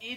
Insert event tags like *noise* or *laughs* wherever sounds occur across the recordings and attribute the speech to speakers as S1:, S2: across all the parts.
S1: ¿Y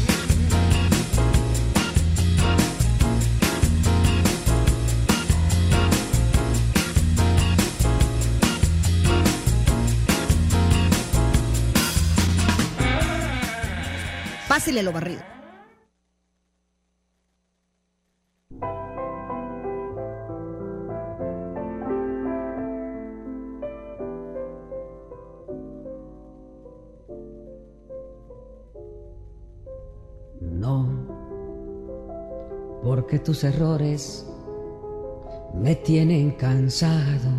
S2: Pásele lo barrido.
S3: No, porque tus errores me tienen cansado,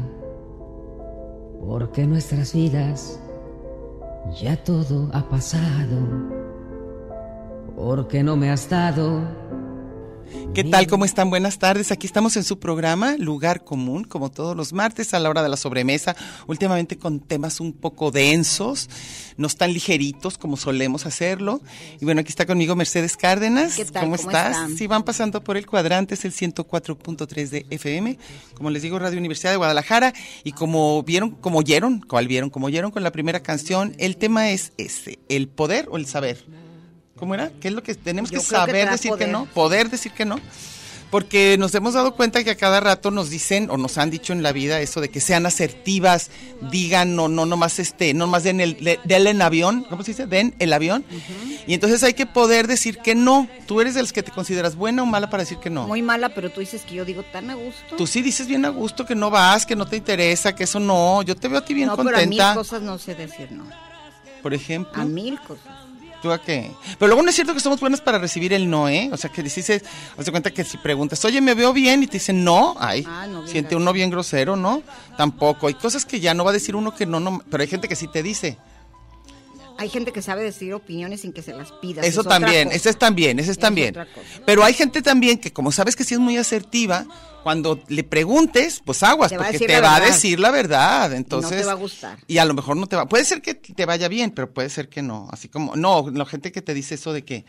S3: porque en nuestras vidas ya todo ha pasado, porque no me has dado.
S4: ¿Qué tal? ¿Cómo están? Buenas tardes. Aquí estamos en su programa Lugar Común, como todos los martes a la hora de la sobremesa, últimamente con temas un poco densos, no tan ligeritos como solemos hacerlo. Y bueno, aquí está conmigo Mercedes Cárdenas.
S5: ¿Qué tal?
S4: ¿Cómo,
S5: ¿Cómo
S4: estás?
S5: están?
S4: Sí, van pasando por el cuadrante, es el 104.3 de FM, como les digo, Radio Universidad de Guadalajara. Y como vieron, como oyeron, cual vieron, como oyeron con la primera canción, el tema es este, el poder o el saber. ¿Cómo era? ¿Qué es lo que tenemos
S5: Yo
S4: que
S5: creo que
S4: saber
S5: trae
S4: decir
S5: poder.
S4: que no? Poder decir que no. Porque nos hemos dado cuenta que a cada rato nos dicen o nos han dicho en la vida eso de que sean asertivas, digan no, no, nomás este, no más den el, le- denle en avión, ¿cómo se dice? Den el avión. Y entonces hay que poder decir que no. Tú eres de los que te consideras buena o mala para decir que no.
S5: Muy mala, pero tú dices que yo digo tan a gusto.
S4: Tú sí dices bien a gusto que no vas, que no te interesa, que eso no. Yo te veo a ti bien
S5: no, pero a mil
S4: contenta,
S5: cosas no sé decir no.
S4: por ejemplo.
S5: A mil cosas.
S4: ¿Tú a qué? Pero luego no es cierto que somos buenas para recibir el no, ¿eh? O sea, que dices, hazte cuenta que si preguntas, oye, me veo bien, y te dicen no, ay,
S5: Ah, no, bien
S4: siente
S5: gacho.
S4: uno bien grosero, ¿no? Tampoco. Hay cosas que ya no va a decir uno que no, no pero hay gente que sí te dice.
S5: Hay gente que sabe decir opiniones sin que se las pidas.
S4: Eso
S5: es otra
S4: también,
S5: cosa.
S4: ese es también, ese es
S5: Es
S4: también.
S5: otra cosa.
S4: Pero hay gente también que, como sabes que sí es muy asertiva, cuando le preguntes, pues aguas,
S5: Te va a
S4: porque
S5: decir
S4: te
S5: la
S4: va a
S5: verdad.
S4: decir la verdad. Entonces,
S5: va a gustar.
S4: Y a lo mejor no te va. Puede ser que te vaya bien, pero puede ser que no. Así como, no, la gente que te dice eso de que.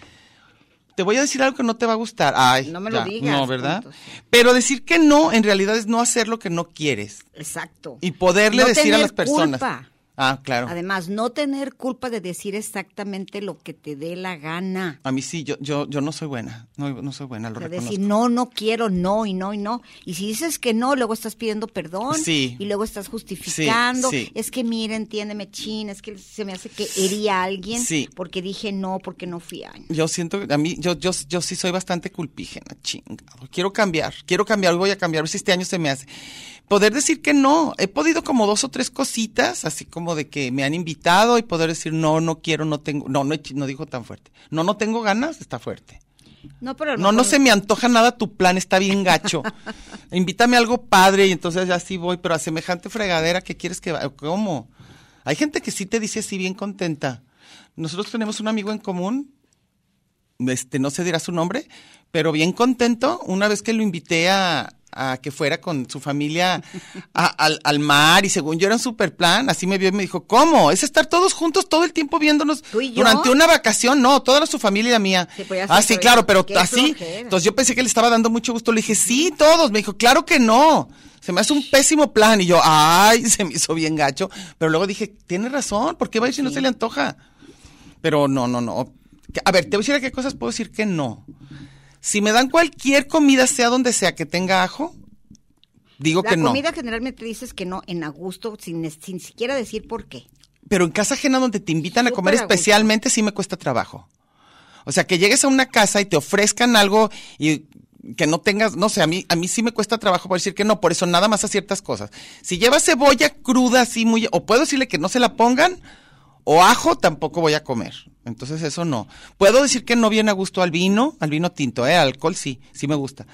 S4: Te voy a decir algo que no te va a gustar. Ay,
S5: No me lo digas,
S4: No, ¿verdad?
S5: tonto, sí.
S4: Pero decir que no, en realidad es no hacer lo que no quieres.
S5: Exacto.
S4: Y poderle
S5: No
S4: decir a
S5: tener
S4: las personas.
S5: culpa.
S4: Ah, claro.
S5: Además, no tener culpa de decir exactamente lo que te dé la gana.
S4: A mí sí, yo, yo, yo no soy buena. No, no soy buena, lo
S5: O sea,
S4: reconozco.
S5: decir no, no quiero, no y no y no. Y si dices que no, luego estás pidiendo perdón
S4: Sí.
S5: y luego estás justificando.
S4: Sí, sí.
S5: Es que mira, entiéndeme, chin, es que se me hace que hería a alguien
S4: Sí.
S5: porque dije no, porque no fui a.
S4: Yo siento que a mí, yo, yo, yo sí soy bastante culpígena, chingado. Quiero cambiar, quiero cambiar, voy a cambiar, a ver si este año se me hace. Poder decir que no, he podido como dos o tres cositas, así como de que me han invitado y poder decir no, no quiero, no tengo, no, no, he chi- no dijo tan fuerte. No, no tengo ganas, está fuerte.
S5: No, pero
S4: No, no se me antoja nada tu plan, está
S5: *laughs*
S4: bien gacho. Invítame a algo padre y entonces ya sí voy, pero a semejante fregadera que quieres que va- ¿Cómo? Hay gente que sí te dice así bien contenta. Nosotros tenemos un amigo en común, este, no se dirá su nombre, pero bien contento una vez que lo invité a, a que fuera con su familia
S5: *laughs*
S4: a- al, al mar y según yo era un super plan, así me vio y me dijo, ¿cómo? Es estar todos juntos todo el tiempo viéndonos
S5: ¿Tú y yo?
S4: durante una vacación, no, toda la- su familia y la mía.
S5: Sí, pues ya
S4: ah,
S5: sé,
S4: sí,
S5: pero
S4: claro, pero
S5: qué
S4: así.
S5: flojera.
S4: Entonces yo pensé que le estaba dando mucho gusto. Le dije, sí, todos. Me dijo, claro que no. Se me hace un pésimo plan. Y yo, ay, *laughs* se me hizo bien gacho. Pero luego dije, tiene razón. ¿Por qué va a ir si no se le antoja? Pero no, no, no. Que- A ver, te voy a decir a qué cosas puedo decir que no. Si me dan cualquier comida, sea donde sea, que tenga ajo, digo
S5: La
S4: que no.
S5: comida generalmente dices que no en a gusto, sin, sin siquiera decir por qué.
S4: Pero en casa ajena donde te invitan a
S5: Súper
S4: comer
S5: a gusto.
S4: especialmente sí me cuesta trabajo. O sea, que llegues a una casa y te ofrezcan algo y que no tengas, no sé, a mí, a mí sí me cuesta trabajo por decir que no, por eso nada más a ciertas cosas. Si llevas cebolla cruda así muy, o puedo decirle que no se la pongan, o ajo tampoco voy a comer. Entonces eso no. Puedo decir que no viene a gusto al vino, al vino tinto, ¿eh? Alcohol sí, sí me gusta.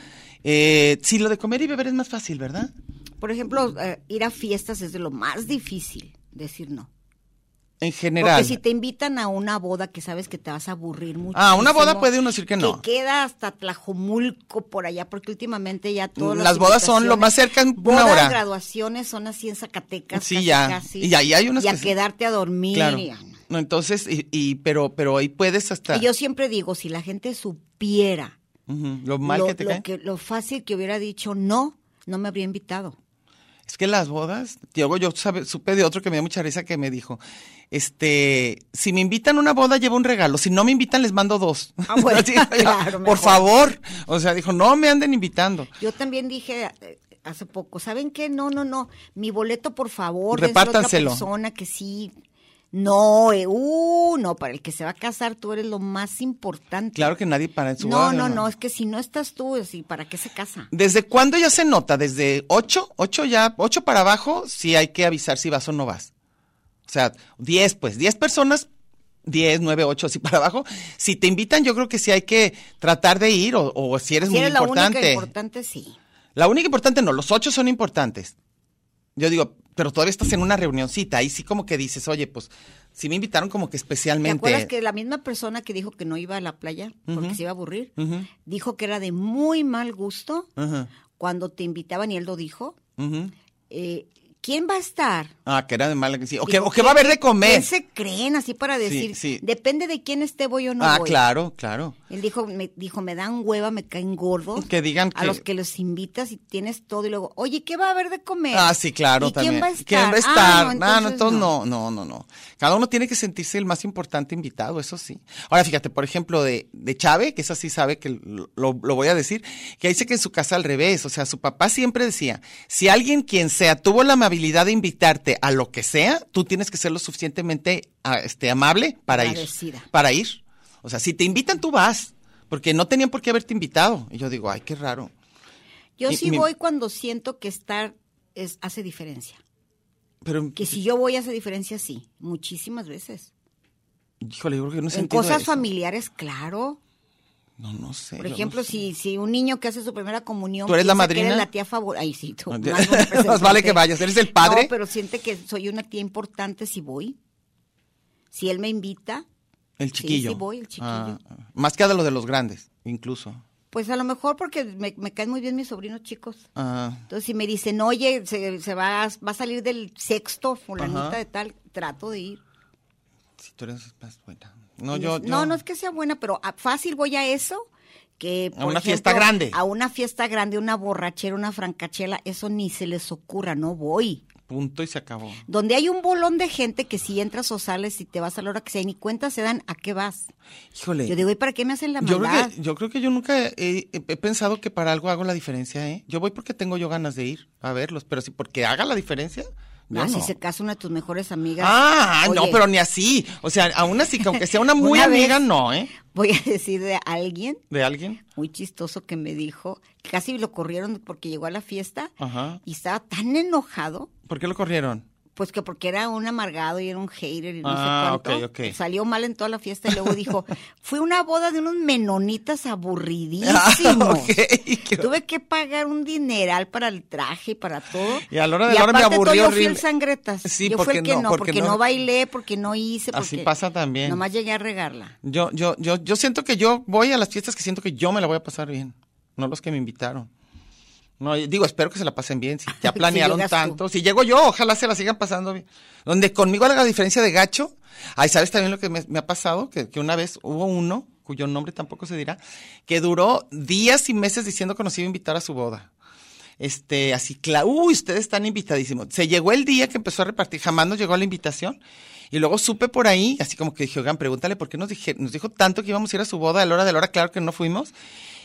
S4: Eh, sí, lo de comer y beber es más fácil, ¿verdad?
S5: Por ejemplo, eh, ir a fiestas es de lo más difícil decir no.
S4: En general.
S5: Porque si te invitan a una boda que sabes que te vas a aburrir mucho.
S4: Ah, una boda puede uno decir que no.
S5: Que queda hasta Tlajomulco por allá, porque últimamente ya todas
S4: Las bodas son lo más cerca en
S5: en
S4: una hora.
S5: graduaciones son así en Zacatecas.
S4: Sí,
S5: casi,
S4: ya.
S5: casi.
S4: Y ahí hay unas
S5: Y a
S4: que sí.
S5: quedarte a dormir.
S4: Claro.
S5: y-
S4: No, entonces, y, y- pero, pero ahí puedes hasta
S5: Y yo siempre digo, si la gente supiera
S4: Ujú, lo mal
S5: lo,
S4: que te
S5: lo
S4: cae.
S5: que- lo fácil que hubiera dicho no, no me habría invitado.
S4: Es que las bodas, Diego, yo sabe- supe de otro que me dio mucha risa que me dijo, este, si me invitan a una boda llevo un regalo, si no me invitan les mando dos.
S5: Ah, bueno,
S4: *laughs* Así, oiga,
S5: *laughs* claro,
S4: por
S5: mejor.
S4: favor. O sea, dijo, no me anden invitando.
S5: Yo también dije eh, hace poco, ¿saben qué? No, no, no, mi boleto por favor, déselo
S4: Repártanselo.
S5: a otra persona que sí. No, eh, uh, no, para el que se va a casar tú eres lo más importante.
S4: Claro que nadie para en su
S5: no,
S4: boda.
S5: no, no,
S4: hermano.
S5: es que si no estás tú, así, ¿para qué se casa?
S4: ¿Desde cuándo ya se nota? ¿Desde 8? 8 ya, 8 para abajo, sí hay que avisar si vas o no vas. O sea, 10, pues, 10 personas, 10, 9, 8, así *laughs* para abajo. Si te invitan, yo creo que sí hay que tratar de ir o, o si eres
S5: si
S4: muy
S5: eres la
S4: importante.
S5: única importante, sí.
S4: La única importante no, los 8 son importantes. Yo digo, pero todavía estás en una reunioncita, ahí sí como que dices, oye, pues, si me invitaron como que
S5: ¿Te
S4: especialmente.
S5: acuerdas que la misma persona que dijo que no iba a la playa porque se iba a aburrir,
S4: Ujú,
S5: dijo que era de muy mal gusto
S4: ujú,
S5: cuando te invitaban y él lo dijo?
S4: ujú.
S5: eh, ¿Quién va a estar?
S4: Ah, que era de mala que sí. O que,
S5: Digo,
S4: o que va a haber de comer.
S5: ¿Quién se creen así para decir?
S4: sí.
S5: Depende de quién esté voy o no
S4: ah,
S5: voy.
S4: claro, claro.
S5: Él dijo, me dijo, me dan hueva, me caen gordos.
S4: Que digan
S5: a
S4: que-
S5: los que los invitas y tienes todo y luego, oye, ¿qué va a haber de comer?
S4: Ah, sí, claro,
S5: ¿Y
S4: también.
S5: ¿Quién va a estar?
S4: ¿Quién va a
S5: Ah,
S4: estar?
S5: no,
S4: no,
S5: entonces,
S4: no, entonces no. no, no, no, Cada uno tiene que sentirse el más importante invitado, eso sí. Ahora, fíjate, por ejemplo, de, de Chávez, que esa sí sabe que lo, lo voy a decir, que dice que en su casa al revés, o sea, su papá siempre decía, si alguien quien sea tuvo la amabilidad de invitarte a lo que sea, tú tienes que ser lo suficientemente ah, este, amable para ir.
S5: Agradecida.
S4: Para ir. O sea, si te invitan, tú vas, porque no tenían por qué haberte invitado. Y yo digo, ay, qué raro.
S5: Yo
S4: Mi-
S5: sí
S4: mi-
S5: voy cuando siento que estar es, hace diferencia.
S4: Pero,
S5: Que si yo voy hace diferencia, sí, muchísimas veces.
S4: híjole, yo creo que no
S5: en
S4: he sentido
S5: cosas
S4: eso.
S5: familiares, claro.
S4: No, no sé.
S5: Por
S4: yo no
S5: ejemplo,
S4: sé.
S5: si, si un niño que hace su primera comunión.
S4: ¿Tú eres la
S5: piensa que
S4: madrina?
S5: eres la tía favorita. Ay, sí,
S4: *laughs*
S5: tú.
S4: Más
S5: más no representante.
S4: Más vale que vayas. ¿Eres el padre?
S5: No, pero siente que soy una tía importante si voy. Si él me invita,
S4: El chiquillo. Ah,
S5: sí voy, el chiquillo.
S4: más que a lo de los grandes, incluso.
S5: pues a lo mejor porque me, me caen muy bien mis sobrinos chicos.
S4: Ah,
S5: Entonces, si me dicen, oye, se, se va, a- va a salir del sexto, fulanita
S4: Ajá.
S5: de tal, trato de ir.
S4: si tú eres más buena. No,
S5: Y
S4: yo,
S5: es-
S4: yo-
S5: no, no es que sea buena, pero a- fácil voy a eso. Que,
S4: A
S5: por
S4: una fiesta grande.
S5: A una fiesta grande, una borrachera, una francachela, eso ni se les ocurra, no voy.
S4: Punto y se acabó.
S5: Donde hay un bolón de gente que si entras o sales y te vas a la hora que sea, y ni cuenta se dan a qué vas.
S4: Híjole.
S5: Yo digo, ¿y para qué me hacen la
S4: yo
S5: maldad?
S4: creo, que, yo creo que yo nunca he, he pensado que para algo hago la diferencia, ¿eh? Yo voy porque tengo yo ganas de ir a verlos, pero si porque haga la diferencia, yo
S5: Ah,
S4: no.
S5: si se casa una de tus mejores amigas.
S4: Ah, no,
S5: Oye,
S4: pero ni así. O sea, aún así, que aunque sea
S5: *laughs*
S4: una muy
S5: Una vez-
S4: amiga, no, ¿eh?
S5: Voy a decir de alguien
S4: ¿De alguien?
S5: muy chistoso que me dijo, que casi lo corrieron porque llegó a la fiesta
S4: Ajá.
S5: y estaba tan enojado,
S4: ¿Por qué lo corrieron?
S5: pues que porque era un amargado y era un hater y no
S4: Ah,
S5: sé cuánto.
S4: ok, ok.
S5: Salió mal en toda la fiesta y luego
S4: *laughs*
S5: dijo, fue una boda de unos menonitas aburridísimos.
S4: *laughs* Ah, ok.
S5: Tuve que pagar un dineral para el traje y para todo.
S4: Y a la hora de la hora me
S5: aparte todo,
S4: aburrió
S5: Yo fui el
S4: horrible.
S5: sangretas.
S4: Sí,
S5: yo fui el
S4: porque
S5: que
S4: no,
S5: no, porque,
S4: porque
S5: no,
S4: no-
S5: bailé, porque no hice.
S4: Así
S5: porque
S4: pasa también.
S5: Nomás llegué a regarla.
S4: Yo, yo, yo, yo siento que yo voy a las fiestas que siento que yo me la voy a pasar bien, no los que me invitaron. No, y digo, espero que se la pasen bien, si
S5: *laughs*
S4: ya
S5: Si
S4: planearon
S5: llegas tú.
S4: tanto. Si llego yo, ojalá se la sigan pasando bien. Donde conmigo haga la diferencia de gacho, ahí sabes también lo que me, me ha pasado, que, que una vez hubo uno, cuyo nombre tampoco se dirá, que duró días y meses diciendo que nos iba a invitar a su boda. Este, así, cla- uy, ustedes están invitadísimos. Se llegó el día que empezó a repartir, jamás nos llegó la invitación. Y luego supe por ahí, así como que dije, oigan, pregúntale por qué nos, dije, nos dijo tanto que íbamos a ir a su boda a la hora de la hora, claro que no fuimos.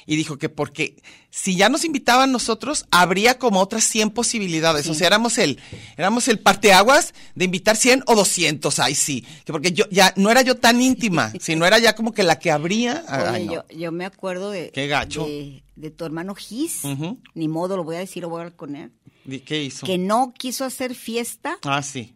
S4: Y dijo que porque si ya nos invitaban nosotros, habría como otras 100 posibilidades. O sea, éramos el, éramos el parteaguas de invitar 100 o 200, ay sí. Que porque yo ya no era yo tan
S5: *laughs*
S4: íntima, sino era ya como que la que habría.
S5: Oye,
S4: Ah, ay, no.
S5: yo, yo me acuerdo de,
S4: Qué gacho.
S5: de, de tu hermano Gis.
S4: Ujú.
S5: Ni modo, lo voy a decir, lo voy a hablar con él.
S4: ¿Y ¿Qué hizo?
S5: Que no quiso hacer fiesta.
S4: Ah, sí.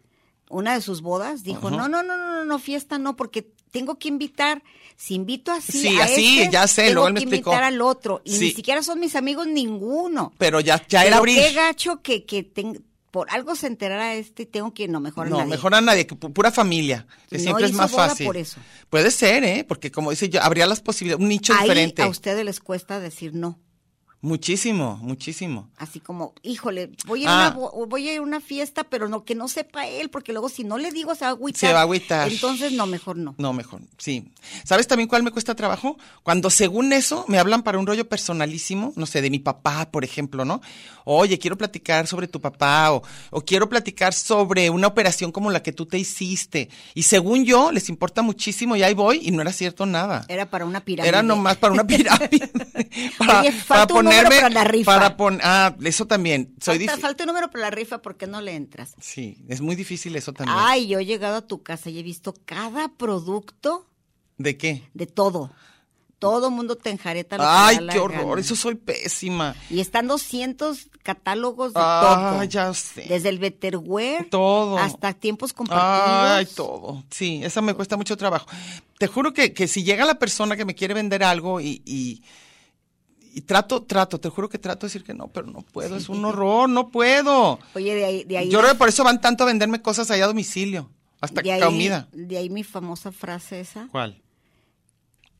S5: Una de sus bodas dijo, no, no, no, no, no, no, fiesta no, porque tengo que invitar. Si invito así,
S4: Sí,
S5: a
S4: así,
S5: este,
S4: ya sé,
S5: tengo
S4: luego él me
S5: que
S4: explicó.
S5: invitar al otro. Y ni
S4: Sí.
S5: siquiera son mis amigos ninguno.
S4: Pero ya, ya
S5: Pero
S4: era abrir.
S5: Qué gacho que, que ten- por algo se enterara este y tengo que no mejor a
S4: no,
S5: nadie.
S4: mejor a nadie, que pu- pura familia, que
S5: No
S4: siempre es
S5: hizo
S4: más
S5: boda
S4: fácil.
S5: por eso.
S4: Puede ser, ¿eh? Porque como dice yo, habría las posibilidades, un nicho
S5: Ahí
S4: diferente.
S5: a ustedes les cuesta decir no.
S4: Muchísimo, muchísimo.
S5: Así como, híjole, voy a, ir
S4: Ah.
S5: a una, bo- voy a ir a una fiesta, pero no que no sepa él, porque luego si no le digo se va a agüitar.
S4: Se va a agüitar.
S5: Entonces, no, mejor no.
S4: No, mejor, sí. ¿Sabes también cuál me cuesta trabajo? Cuando según eso me hablan para un rollo personalísimo, no sé, de mi papá, por ejemplo, ¿no? Oye, quiero platicar sobre tu papá o, o quiero platicar sobre una operación como la que tú te hiciste. Y según yo, les importa muchísimo y ahí voy y no era cierto nada.
S5: Era para una pirámide.
S4: Era nomás para una pirámide.
S5: *laughs*
S4: para,
S5: Oye, falta
S4: para
S5: un número para la rifa.
S4: para pon- ah, eso también. Soy
S5: falta,
S4: difí-
S5: falta un número para la rifa, ¿por qué no le entras?
S4: Sí, es muy difícil eso también.
S5: Ay, yo he llegado a tu casa y he visto cada producto
S4: ¿De qué?
S5: de todo. Todo mundo te enjareta. lo que
S4: Ay,
S5: da la
S4: qué horror,
S5: gana.
S4: eso soy pésima.
S5: Y están 200 catálogos de
S4: Ah,
S5: todo.
S4: ya sé.
S5: Desde el Betterware
S4: Todo.
S5: hasta tiempos compartidos.
S4: Ay, todo. Sí, esa me cuesta mucho trabajo. Te juro que, que si llega la persona que me quiere vender algo y, y, y trato, trato, te juro que trato de decir que no, pero no puedo, es un horror, no puedo.
S5: Oye, de ahí, de ahí,
S4: Yo creo que por eso van tanto a venderme cosas allá a domicilio, hasta
S5: de ahí-
S4: comida.
S5: de ahí mi famosa frase esa,
S4: ¿Cuál?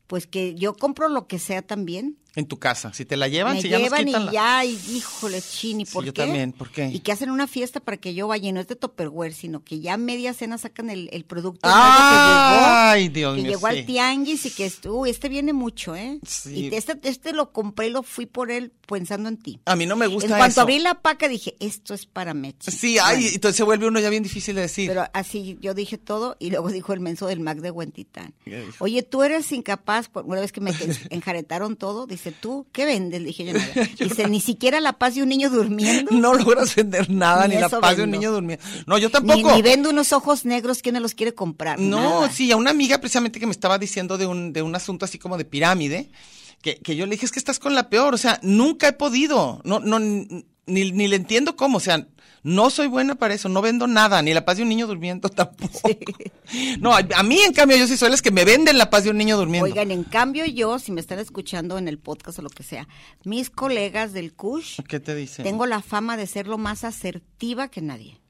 S5: pues que yo compro lo que sea también.
S4: En tu casa, si te la llevan,
S5: me
S4: si ya nos
S5: llevan
S4: quitan
S5: y
S4: la-
S5: ya, y híjole, chini,
S4: Sí,
S5: ¿por
S4: yo
S5: qué?
S4: también, ¿por qué?
S5: Y que hacen una fiesta para que yo vaya, y no es de Topperware, sino que ya media cena sacan el, el producto nuevo
S4: Ay,
S5: que llegó,
S4: Dios
S5: que
S4: mío,
S5: llegó
S4: sí.
S5: al tianguis y que, est- uy, este viene mucho, ¿eh?
S4: Sí.
S5: Y este, este lo compré y lo fui por él pensando en ti.
S4: A mí no me
S5: En
S4: gusta
S5: cuanto
S4: eso.
S5: abrí la paca dije, esto es para Mechi.
S4: Sí, ay,
S5: Bueno,
S4: entonces se vuelve uno ya bien difícil de decir.
S5: Pero así yo dije todo y luego *laughs* dijo el menso del Mac de Huentitán.
S4: ¿Qué dijo?
S5: Oye, tú eres incapaz, por- una vez que me
S4: *laughs*
S5: enjaretaron todo, dice, ¿tú qué vendes? Le dije yo nada. Dice, ni siquiera la paz de un niño durmiendo.
S4: *laughs* no logras vender nada, ni,
S5: Ni
S4: la
S5: eso
S4: paz de un
S5: vendo.
S4: niño durmiendo. No, yo
S5: Ni,
S4: tampoco.
S5: ni vendo unos ojos negros, ¿quién me los quiere comprar?
S4: No,
S5: Nada.
S4: sí, a una amiga precisamente que me estaba diciendo de un, de un asunto así como de pirámide, que, que yo le dije, es que estás con la peor, o sea, nunca he podido, no, no, ni, ni le entiendo cómo, o sea, no soy buena para eso, no vendo nada, ni la paz de un niño durmiendo *laughs* tampoco. No, a, a mí en cambio yo sí soy las que me venden la paz de un niño durmiendo.
S5: Oigan, en cambio yo, si me están escuchando en el podcast o lo que sea, mis colegas del Kush,
S4: ¿Qué te dicen?
S5: tengo la fama de ser lo más asertiva que nadie.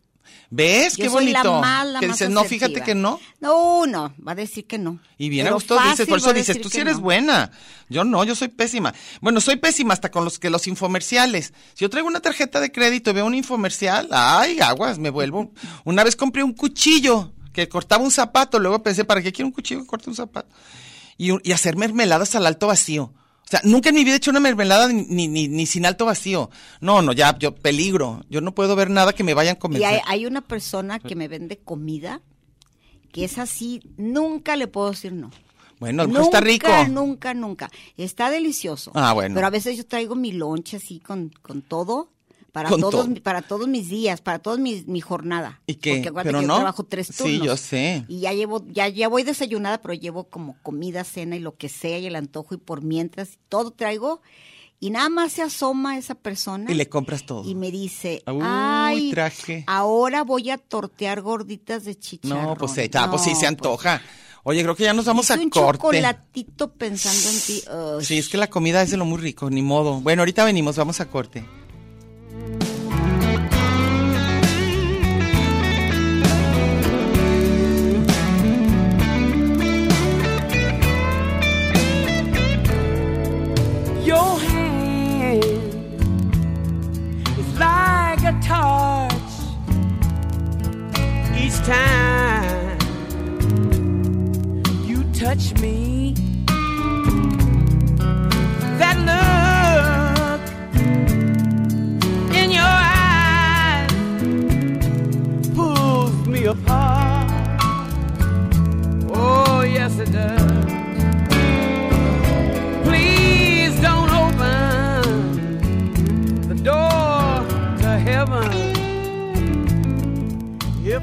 S4: ¿Ves?
S5: Yo
S4: Qué
S5: soy
S4: bonito.
S5: la mala
S4: que
S5: más
S4: dices, no,
S5: asertiva".
S4: fíjate que no.
S5: No, no, va a decir que no.
S4: Y bien a
S5: Pero
S4: gusto dices,
S5: fácil
S4: por
S5: va
S4: eso
S5: a
S4: dices,
S5: decir
S4: tú sí
S5: que
S4: eres
S5: no.
S4: buena. Yo no, yo soy pésima. Bueno, soy pésima hasta con los que los infomerciales. Si yo traigo una tarjeta de crédito y veo un infomercial, ay, aguas, me vuelvo. Una vez compré un cuchillo que cortaba un zapato, luego pensé, ¿para qué quiero un cuchillo que corte un zapato? Y, un- y hacer mermeladas al alto vacío. O sea, nunca en mi vida he hecho una mermelada ni, ni, ni- ni sin alto vacío. No, no, ya, yo peligro. Yo no puedo ver nada que me vayan a comer.
S5: Y hay, hay una persona que me vende comida que es así, nunca le puedo decir no.
S4: Bueno, a lo mejor está rico.
S5: Nunca, nunca, nunca. Está delicioso.
S4: Ah, bueno.
S5: Pero a veces yo traigo mi lonche así con, con todo. Para
S4: Con
S5: todos
S4: todo.
S5: mi- para todos mis días, para toda mi, mi jornada.
S4: ¿Y qué?
S5: Porque acuérdate
S4: Pero
S5: que
S4: no.
S5: yo trabajo tres
S4: Sí,
S5: turnos.
S4: yo sé.
S5: Y ya llevo, ya, ya voy desayunada, pero llevo como comida, cena y lo que sea, y el antojo, y por mientras, todo traigo. Y nada más se asoma esa persona.
S4: Y le compras todo.
S5: Y me dice,
S4: Uy,
S5: ay,
S4: traje.
S5: ahora voy a tortear gorditas de chicharrón.
S4: No, pues, eh, ah, pues sí,
S5: No,
S4: se antoja. Oye, creo que ya nos
S5: pues,
S4: vamos a
S5: hice un
S4: corte.
S5: chocolatito pensando en ti. Ay,
S4: Sí, es que la comida es de lo muy rico, ni modo. Bueno, ahorita venimos, vamos a corte.
S6: Your hand is like a torch each time you touch me. That look in your eyes pulls me apart. Oh, yes, it does. Please don't open the door to heaven if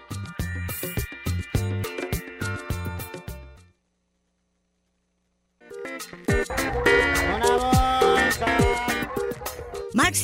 S2: Marx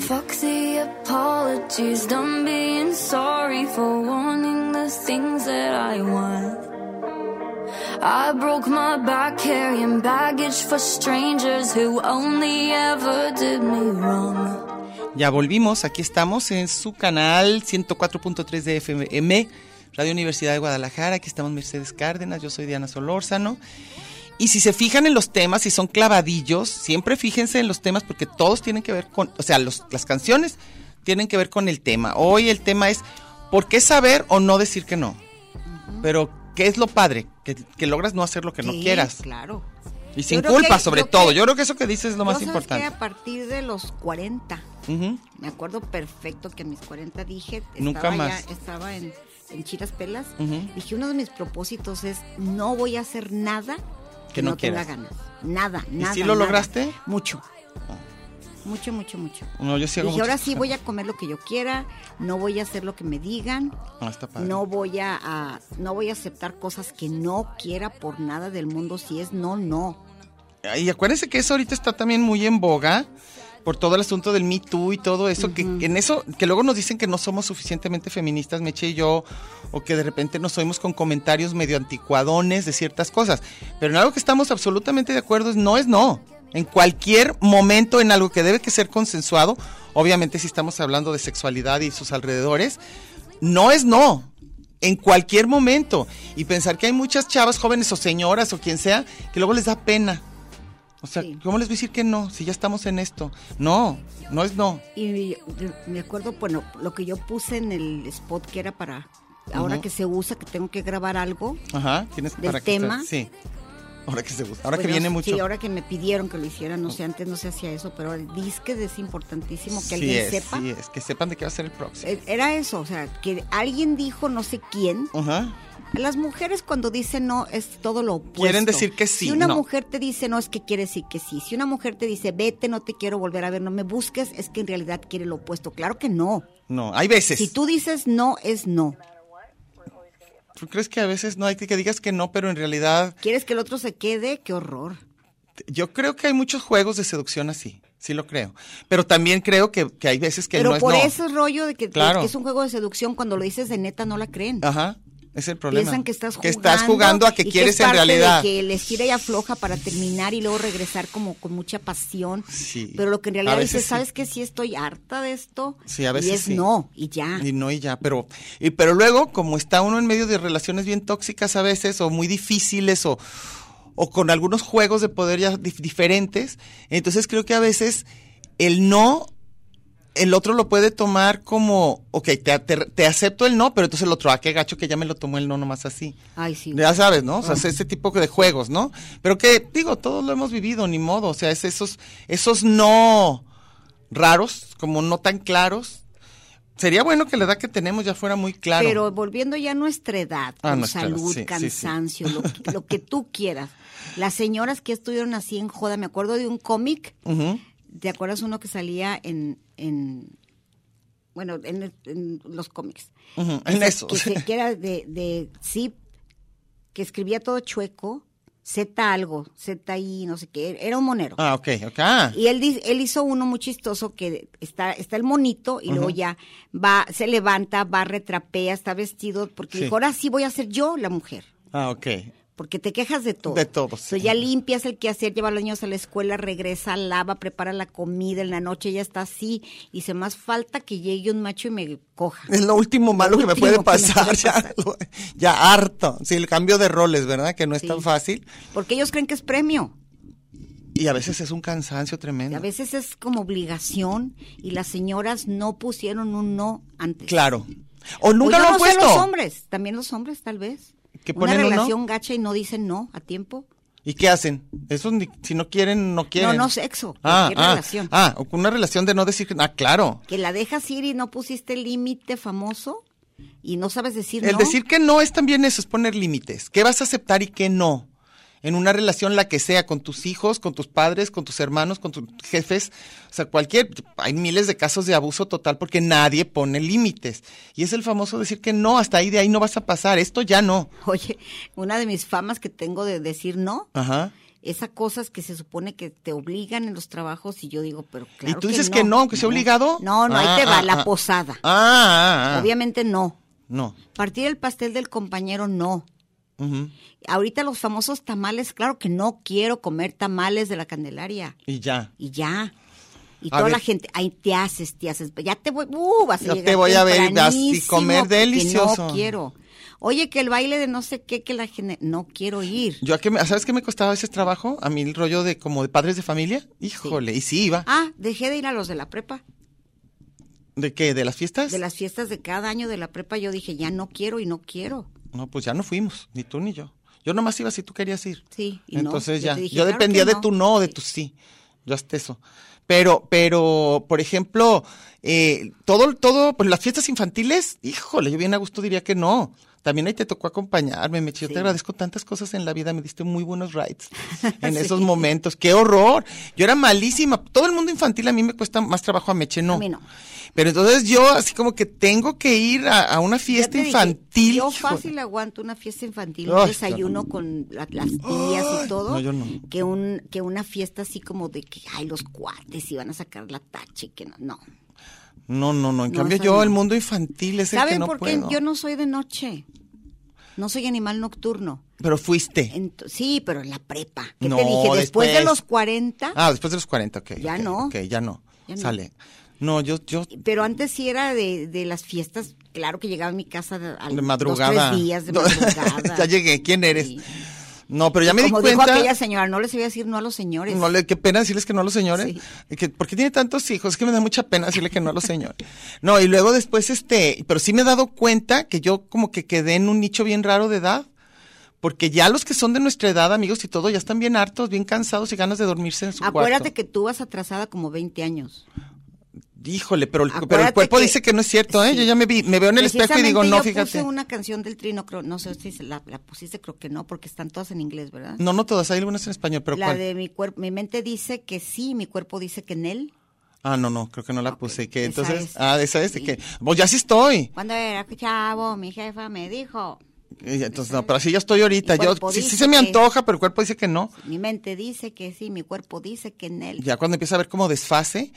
S7: Fuck the apologies, done being sorry for wanting the things that I want. I broke my back carrying baggage for strangers who only ever did me wrong.
S4: Ya volvimos, aquí estamos en su canal 104.3 de FM, Radio Universidad de Guadalajara, aquí estamos Mercedes Cárdenas, yo soy Diana Solórzano. Y si se fijan en los temas, si son clavadillos, siempre fíjense en los temas porque todos tienen que ver con, o sea, los- las canciones tienen que ver con el tema. Hoy el tema es, ¿por qué saber o no decir que no? Pero, ¿qué es lo padre? Que, que logras no hacer lo que no
S5: Sí,
S4: quieras.
S5: Claro.
S4: Y sin
S5: Yo creo
S4: culpa,
S5: que-
S4: sobre
S5: yo
S4: todo.
S5: creo-
S4: yo creo que eso que dices es lo
S5: Yo,
S4: más
S5: ¿sabes qué?
S4: importante.
S5: a partir de los 40,
S4: Ujú.
S5: me acuerdo perfecto que a mis 40 dije, estaba
S4: Nunca más.
S5: ya- estaba en, en Chiras Pelas,
S4: Ujú.
S5: dije, uno de mis propósitos es no voy a hacer nada que,
S4: Que no
S5: no, tenga
S4: quieras.
S5: ganas. Nada,
S4: ¿Y
S5: nada.
S4: sí lo
S5: nada.
S4: lograste? Ah.
S5: Mucho. Mucho, mucho, mucho.
S4: No, yo sí hago
S5: dije, ahora
S4: muchas
S5: sí
S4: cosas.
S5: voy a comer lo que yo quiera, no voy a hacer lo que me digan,
S4: Ah, está padre.
S5: no voy a, a- no voy a aceptar cosas que no quiera por nada del mundo si es no no.
S4: Y acuérdense que eso ahorita está también muy en boga por todo el asunto del Me Too y todo eso, que, que en eso, que luego nos dicen que no somos suficientemente feministas, Meche y yo, o que de repente nos oímos con comentarios medio anticuadones de ciertas cosas. Pero en algo que estamos absolutamente de acuerdo es no es no. En cualquier momento, en algo que debe que ser consensuado, obviamente si estamos hablando de sexualidad y sus alrededores, no es no. En cualquier momento. Y pensar que hay muchas chavas jóvenes o señoras o quien sea, que luego les da pena. O sea,
S5: Sí.
S4: ¿cómo les voy a decir que no? Si ya estamos en esto. No, no es no.
S5: Y me acuerdo, bueno, lo que yo puse en el spot que era para ahora
S4: Ujú.
S5: que se usa, que tengo que grabar algo.
S4: Ajá, tienes
S5: ¿Del
S4: que estar-
S5: tema?
S4: Sí. Ahora que se gusta. Ahora
S5: Pues
S4: que
S5: yo-
S4: viene mucho.
S5: Sí, ahora que me pidieron que lo hiciera, no sé, antes no se hacía eso, pero el disque es importantísimo que
S4: Sí
S5: alguien
S4: es,
S5: sepa.
S4: sí es, que sepan de qué va a ser el próximo.
S5: Eh, Era eso, o sea, que alguien dijo, no sé quién,
S4: Ajá.
S5: Las mujeres cuando dicen no es todo lo opuesto.
S4: Quieren decir que sí,
S5: Si una
S4: no.
S5: mujer te dice no es que quiere decir que sí. Si una mujer te dice vete, no te quiero volver a ver, no me busques, es que en realidad quiere lo opuesto. Claro que no.
S4: No, hay veces.
S5: Si tú dices no es no.
S4: ¿Tú crees que a veces no hay que, que digas que no, pero en realidad
S5: ¿Quieres que el otro se quede? Qué horror.
S4: yo creo que hay muchos juegos de seducción así. Sí lo creo. Pero también creo que, que hay veces que
S5: Pero
S4: no es
S5: por
S4: no.
S5: ese rollo de que,
S4: Claro.
S5: que es un juego de seducción, cuando lo dices de neta no la creen.
S4: Ajá. Es el problema.
S5: Piensan que estás jugando.
S4: Que estás jugando a que
S5: y
S4: quieres
S5: es
S4: en
S5: parte de
S4: realidad.
S5: que les gira y afloja para terminar y luego regresar como con mucha pasión.
S4: Sí.
S5: Pero lo que en
S4: A
S5: realidad
S4: veces
S5: dices,
S4: sí.
S5: ¿sabes que Sí estoy harta de esto.
S4: Sí, a veces
S5: Y es
S4: sí.
S5: no, y ya.
S4: Y no, y ya, pero, y, pero luego, como está uno en medio de relaciones bien tóxicas a veces, o muy difíciles, o, o con algunos juegos de poder ya dif- diferentes, entonces creo que a veces el no, el otro lo puede tomar como, ok, te, te, te acepto el no, pero entonces el otro, ah, qué gacho que ya me lo tomó el no nomás así.
S5: Ay, sí.
S4: Ya sabes, ¿no? O sea, ese tipo de juegos, ¿no? Pero que, digo, todos lo hemos vivido, ni modo. O sea, es esos, esos no raros, como no tan claros. Sería bueno que la edad que tenemos ya fuera muy claro.
S5: Pero volviendo ya a nuestra edad,
S4: Ah,
S5: con
S4: nuestra edad,
S5: salud,
S4: sí, sí, sí.
S5: cansancio, Lo, que,
S4: *laughs*
S5: lo que tú quieras. Las señoras que estuvieron así en joda, me acuerdo de un cómic,
S4: Ujú.
S5: ¿te acuerdas uno que salía en, en bueno, en, el- en los cómics?
S4: Ujú,
S5: Que
S4: En
S5: se-
S4: *laughs* eso.
S5: Que, se- que era de, de, sí, que escribía todo chueco Z algo, Z I, no sé qué, era un monero.
S4: Ah, ok, ok. Ah,
S5: Y él, di- él hizo uno muy chistoso que está, está el monito y luego ya va, se levanta, va, retrapea, está vestido, porque
S4: Sí.
S5: dijo, ahora sí voy a ser yo la mujer.
S4: ah, ok.
S5: Porque te quejas de todo.
S4: De todo, sí.
S5: Entonces, ya limpias el quehacer, lleva a los niños a la escuela, regresa, lava, prepara la comida, en la noche ya está así. Y se más falta que llegue un macho y me coja.
S4: Es lo último malo que me
S5: último
S4: puede
S5: que me puede
S4: pasar, ya,
S5: pasar.
S4: lo- ya harto. Sí, el cambio de roles, ¿verdad? Que no es
S5: Sí.
S4: tan fácil.
S5: Porque ellos creen que es premio.
S4: Y a veces es un cansancio
S5: Y
S4: tremendo.
S5: a veces es como obligación y las señoras no pusieron un no antes.
S4: Claro. O
S5: O
S4: nunca
S5: Pues yo
S4: lo
S5: no
S4: han
S5: sé
S4: puesto.
S5: los hombres, también los hombres tal vez.
S4: ¿Que
S5: Una
S4: ponen un no?
S5: relación gacha y no dicen no a tiempo.
S4: ¿Y qué hacen? Eso ni- si no quieren, no quieren.
S5: no, sexo, cualquier
S4: ah,
S5: relación.
S4: Ah, o una relación de no decir. que- Ah, claro.
S5: Que la dejas ir y no pusiste el límite famoso y no sabes decir
S4: El
S5: no.
S4: decir que no es también eso, es poner límites. ¿Qué vas a aceptar y qué no? En una relación, la que sea, con tus hijos, con tus padres, con tus hermanos, con tus jefes, o sea, cualquier. Hay miles de casos de abuso total porque nadie pone límites. Y es el famoso decir que no, hasta ahí de ahí no vas a pasar, esto ya no.
S5: *laughs* Oye, una de mis famas que tengo de decir no
S4: Ajá.
S5: es a cosas que se supone que te obligan en los trabajos y yo digo, pero claro
S4: ¿Y tú dices que no, aunque sea obligado?
S5: No, no,
S4: Ah,
S5: ahí te va
S4: ah,
S5: la
S4: ah.
S5: posada.
S4: Ah, ah, ah.
S5: Obviamente no.
S4: No.
S5: Partir el pastel del compañero, no.
S4: Ujú.
S5: Ahorita los famosos tamales, claro que no quiero comer tamales de la Candelaria.
S4: Y ya.
S5: Y ya. Y
S4: A
S5: toda
S4: ver.
S5: la gente, ahí te haces, te haces. Ya te voy, uh, vas a
S4: Ya
S5: llegar
S4: te voy a ver y vas- y
S5: tempranísimo
S4: comer
S5: porque
S4: delicioso.
S5: No quiero. Oye, que el baile de no sé qué, que la gente, no quiero ir.
S4: Yo a que me- ¿Sabes qué me costaba ese trabajo? A mí el rollo de como de padres de familia. Híjole, y sí iba.
S5: Ah, dejé de ir a los de la prepa.
S4: ¿De qué? ¿De las fiestas?
S5: De las fiestas de cada año de la prepa, yo dije, ya no quiero y no quiero.
S4: No, pues ya no fuimos, ni tú ni yo. Yo nomás iba si tú querías ir.
S5: Sí, y no.
S4: Entonces
S5: Yo
S4: ya,
S5: te dije,
S4: yo
S5: claro
S4: dependía
S5: que
S4: de
S5: no.
S4: tu no o de tu sí. Yo hasta eso. Pero, pero, por ejemplo, eh, todo, todo, pues las fiestas infantiles, híjole, yo bien a gusto diría que no. También ahí te tocó acompañarme, Mechi. Yo te agradezco tantas cosas en la vida, me diste muy
S5: *laughs*
S4: buenos rides en esos momentos. ¡Qué horror! Yo era malísima. Todo el mundo infantil a mí me cuesta más trabajo a Meche, no.
S5: A mí no.
S4: Pero entonces yo, así como que tengo que ir a, a una
S5: Ya
S4: fiesta
S5: te dije,
S4: infantil.
S5: yo
S4: híjole.
S5: fácil aguanto una fiesta infantil,
S4: Ay,
S5: un desayuno con la- las tías y todo,
S4: no, yo no.
S5: que un que una fiesta así como de que ay los cuates y van a sacar la tache que no. no.
S4: No, no, no. En
S5: No,
S4: cambio,
S5: eso
S4: yo,
S5: no.
S4: el mundo infantil es el que
S5: ¿Saben
S4: no
S5: por qué
S4: puedo.
S5: yo no soy de noche? No soy animal nocturno.
S4: Pero fuiste.
S5: Ento- sí, pero en la prepa. ¿Qué
S4: No,
S5: te dije? Después, de
S4: después.
S5: los 40,
S4: Ah, después de los 40, ok.
S5: Ya
S4: ok,
S5: no.
S4: Ok, ya no.
S5: Ya no.
S4: Sale. No, yo, yo.
S5: pero antes sí era de, de las fiestas. Claro que llegaba a mi casa de, al-
S4: De
S5: dos,
S4: madrugada.
S5: tres días de
S4: No, *laughs*
S5: madrugada.
S4: ya llegué. ¿Quién eres?
S5: Sí.
S4: No, pero ya me
S5: Como
S4: di cuenta.
S5: dijo aquella señora, no les iba a decir no a los señores.
S4: No le, qué pena decirles que no a los señores. Que, ¿Por qué tiene tantos hijos? Es que me da mucha pena decirle que no a los señores. No, y luego después, este, pero sí me he dado cuenta que yo como que quedé en un nicho bien raro de edad. Porque ya los que son de nuestra edad, amigos y todo, ya están bien hartos, bien cansados y ganas de dormirse en su
S5: Acuérdate
S4: cuarto.
S5: que tú vas atrasada como 20 años.
S4: Híjole, Pues, pero, el- pero el
S5: Acuérdate
S4: cuerpo
S5: que-
S4: dice que no es cierto, ¿eh?
S5: Sí.
S4: Yo ya me vi, me veo en el espejo y digo,
S5: Precisamente
S4: no,
S5: yo
S4: fíjate.
S5: puse una canción del Trino, creo- no sé si se la, la pusiste, creo que no, porque están todas en inglés, ¿verdad?
S4: No, no todas, hay algunas en español, pero
S5: la
S4: ¿cuál?
S5: de mi cuerpo, mi mente dice que sí, mi cuerpo dice que en él.
S4: Ah, no, no, creo que no la puse. Que
S5: esa
S4: entonces,
S5: es.
S4: ah, esa es, de
S5: Sí.
S4: que, pues ya sí estoy.
S5: Cuando era chavo, mi jefa me dijo,
S4: Y Entonces, no, pero así ya estoy ahorita.
S5: El
S4: Yo,
S5: cuerpo
S4: sí, sí
S5: dice
S4: se me
S5: que-
S4: antoja, pero el cuerpo dice que no.
S5: mi mente dice que sí, mi cuerpo dice que en él.
S4: ya cuando empieza a ver como desfase,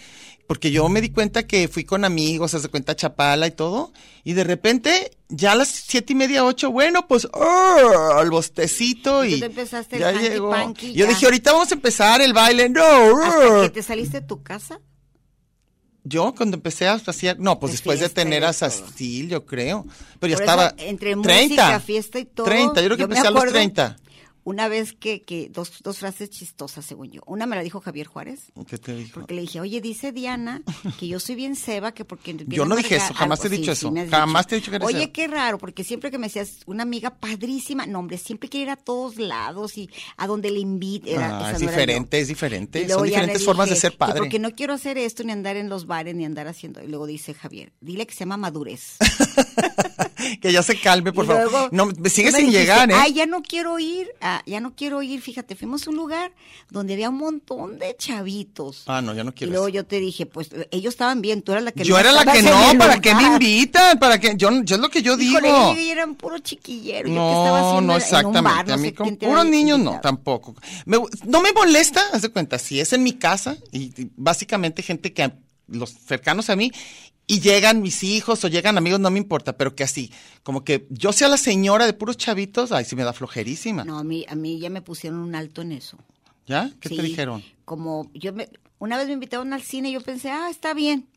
S4: porque yo me di cuenta que fui con amigos, haz de cuenta a Chapala y todo, y de repente, ya a las siete y media, ocho, bueno, pues, ¡ah! al bostecito
S5: Y tú
S4: y
S5: te empezaste el
S4: ya
S5: hanky
S4: llegó.
S5: panky,
S4: yo
S5: ya.
S4: dije, ahorita vamos a empezar el baile, no.
S5: Hasta
S4: ¡ah!
S5: que te saliste de tu casa,
S4: Yo cuando empecé a hacer, no, pues
S5: De
S4: después de
S5: fiesta y
S4: tener
S5: de
S4: a
S5: todo.
S4: Sastil, yo creo, pero ya
S5: Por eso,
S4: estaba
S5: entre
S4: 30,
S5: música, fiesta y todo,
S4: 30, yo creo que
S5: yo me
S4: empecé a los
S5: acuerdo- *laughs*
S4: 30.
S5: una vez que, que dos, dos frases chistosas, según yo. Una me la dijo Javier Juárez.
S4: ¿Qué te dijo?
S5: Porque le dije, oye, dice Diana que yo soy bien ceba, que porque... bien
S4: Yo no dije
S5: amargada".
S4: eso, jamás te
S5: Ah,
S4: he
S5: sí,
S4: dicho
S5: sí
S4: eso,
S5: me has
S4: jamás
S5: dicho.
S4: te he dicho que eres
S5: Oye,
S4: ceba.
S5: qué raro, porque siempre que me decías, una amiga padrísima, no hombre, siempre quiere ir a todos lados y a donde le invite. era- esa
S4: Ah, es
S5: no era yo.
S4: diferente, es
S5: Y
S4: diferente,
S5: luego
S4: son
S5: ya le
S4: diferentes formas de
S5: dije
S4: ser
S5: que
S4: padre.
S5: Porque no quiero hacer esto, ni andar en los bares, ni andar haciendo... Y luego dice Javier, dile que se llama madurez.
S4: *laughs* que ya se calme, por
S5: Y
S4: favor.
S5: luego
S4: no,
S5: tú
S4: me sigue
S5: me
S4: sin
S5: dijiste,
S4: llegar, ¿eh?
S5: Ay, ya no quiero ir, ah, ya no quiero ir. Fíjate, fuimos a un lugar donde había un montón de chavitos.
S4: Ah, no, ya no
S5: y
S4: quiero.
S5: luego
S4: eso.
S5: yo te dije, pues ellos estaban bien, tú eras la que
S4: yo era la
S5: estabas
S4: que
S5: en
S4: no,
S5: el
S4: ¿para qué me
S5: lugar.
S4: invitan? ¿Para qué? Yo, yo es lo que yo digo.
S5: Híjole, ellos eran puro chiquillero. yo que estaba haciendo
S4: No,
S5: En
S4: no
S5: un bar,
S4: exactamente.
S5: no
S4: A mí
S5: sé
S4: con
S5: quién te
S4: puros
S5: había
S4: niños no,
S5: invitado.
S4: tampoco. Me- no me molesta, haz de cuenta, si es en mi casa y, y básicamente gente que a- los cercanos a mí y llegan mis hijos o llegan amigos, no me importa, pero que así, como que yo sea la señora de puros chavitos, ay, sí me da flojerísima.
S5: No, a mí, a mí ya me pusieron un alto en eso.
S4: ¿Ya? ¿Qué
S5: Sí,
S4: te dijeron?
S5: Como yo me, una vez me invitaron al cine y yo pensé, ah, está bien,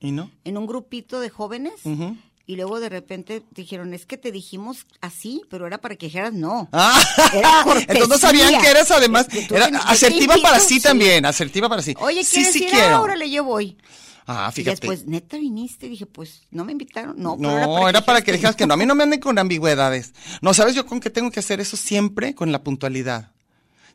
S4: ¿Y no?
S5: en un grupito de jóvenes.
S4: Ujú.
S5: Y luego de repente dijeron, es que te dijimos así, pero era para que dijeras no.
S4: Ah,
S5: Era cortesía.
S4: *laughs* entonces no sabían que eras además,
S5: Es que tú
S4: era
S5: te- yo te
S4: asertiva para
S5: invito,
S4: sí,
S5: sí.
S4: también, asertiva para sí.
S5: Oye,
S4: sí,
S5: ¿quieres
S4: sí
S5: ir?
S4: quiero.
S5: Ah, órale, yo voy.
S4: Ah,
S5: Y
S4: fíjate.
S5: después, ¿neta viniste? Dije, pues, ¿no me invitaron? No, pero
S4: No, era para que dijeras
S5: dijeras
S4: que no. A mí no me anden con ambigüedades. No, ¿sabes yo con qué tengo que hacer eso siempre? Con la puntualidad.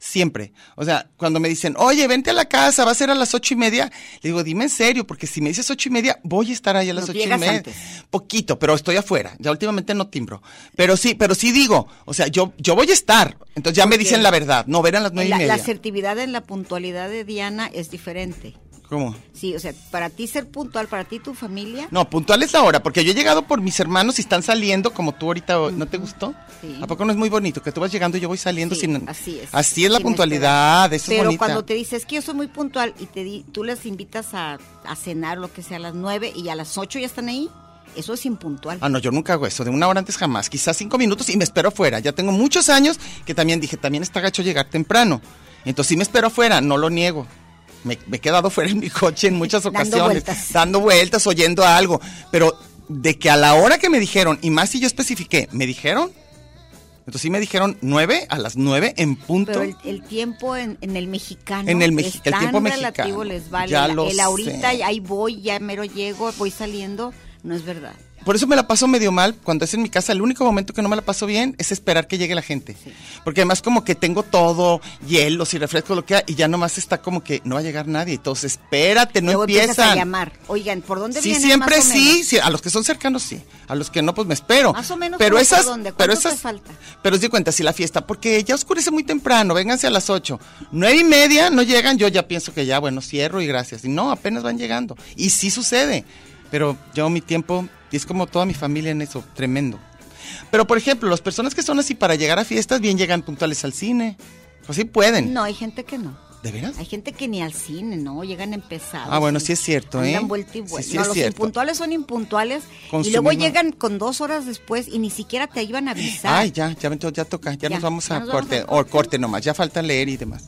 S4: Siempre. O sea, cuando me dicen, oye, vente a la casa, va a ser a las ocho y media, le digo, dime en serio, porque si me dices ocho y media, voy a estar ahí a las
S5: No, tú
S4: ocho y
S5: llegas
S4: media.
S5: antes.
S4: Poquito, pero estoy afuera. Ya últimamente no timbro. Pero sí, pero sí digo, o sea, yo, yo voy a estar. Entonces ya me dicen la verdad. No, verán las nueve y
S5: la, la
S4: media.
S5: asertividad en la puntualidad de Diana es diferente.
S4: ¿Cómo?
S5: Sí, o sea, para ti ser puntual, para ti y tu familia,
S4: No, puntual es la hora, porque yo he llegado por mis hermanos y están saliendo como tú ahorita, ¿no te gustó?
S5: Sí.
S4: ¿A poco no es muy bonito que tú vas llegando y yo voy saliendo
S5: Sí,
S4: sin...
S5: así es.
S4: Así es la
S5: Sin
S4: puntualidad, eso
S5: pero
S4: es bonita.
S5: cuando te dices que yo soy muy puntual y te di, tú les invitas a, a cenar lo que sea a las nueve y a las ocho ya están ahí, eso es impuntual.
S4: Ah, no, yo nunca hago eso, de una hora antes jamás, quizás cinco minutos y me espero afuera. Ya tengo muchos años que también dije, también está gacho llegar temprano. Entonces sí me espero afuera, no lo niego. Me, me he quedado *laughs* fuera en mi coche en muchas
S5: Dando
S4: ocasiones,
S5: vueltas.
S4: dando vueltas, oyendo a algo. Pero de que a la hora que me dijeron, y más si yo especifiqué, me dijeron, entonces sí me dijeron nueve, a las nueve en punto.
S5: Pero el, el tiempo en, en el mexicano
S4: En el mexi-
S5: es
S4: el
S5: tan
S4: tiempo mexicano.
S5: relativo, les vale.
S4: Ya
S5: La-
S4: lo
S5: el ahorita,
S4: sé.
S5: ahí voy, ya mero llego, voy saliendo, no es verdad.
S4: Por eso me la paso medio mal. Cuando es en mi casa, el único momento que no me la paso bien es esperar que llegue la gente. Porque además como que tengo todo, hielos y refrescos, lo que hay, y ya nomás está como que no va a llegar nadie. Entonces, espérate, no
S5: Luego empiezas a
S4: empiezan.
S5: llamar. Oigan, ¿por dónde
S4: Sí,
S5: vienen
S4: siempre
S5: más o
S4: sí,
S5: menos?
S4: sí, a los que son cercanos sí, a los que no, pues me espero.
S5: Más o menos,
S4: pero
S5: ¿cómo
S4: esas,
S5: por dónde?
S4: pero
S5: ¿Cuánto te
S4: esas,
S5: falta?
S4: pero os di cuenta, si la fiesta, porque ya oscurece muy temprano, vénganse a las ocho, nueve y media no llegan, yo ya pienso que ya, bueno, cierro y gracias. Y no, apenas van llegando. Y sí sucede, pero yo mi tiempo, y es como toda mi familia en eso, tremendo. Pero por ejemplo, las personas que son así para llegar a fiestas, bien llegan puntuales al cine, o sí pueden.
S5: No, hay gente que no.
S4: ¿De veras?
S5: Hay gente que ni al cine, ¿no? Llegan empezados.
S4: Ah, bueno,
S5: y
S4: sí es cierto, ¿eh?
S5: Andan vuelta y
S4: Sí,
S5: vuelta.
S4: sí
S5: no,
S4: es
S5: los
S4: cierto.
S5: impuntuales son impuntuales.
S4: Con
S5: y
S4: su
S5: luego
S4: misma-
S5: llegan con dos horas después y ni siquiera te iban a avisar.
S4: Ay, ya, ya, ya, ya toca,
S5: Ya,
S4: ya, nos vamos
S5: ya
S4: a
S5: nos vamos
S4: corte,
S5: al
S4: o
S5: corte.
S4: corte nomás, ya falta leer y demás.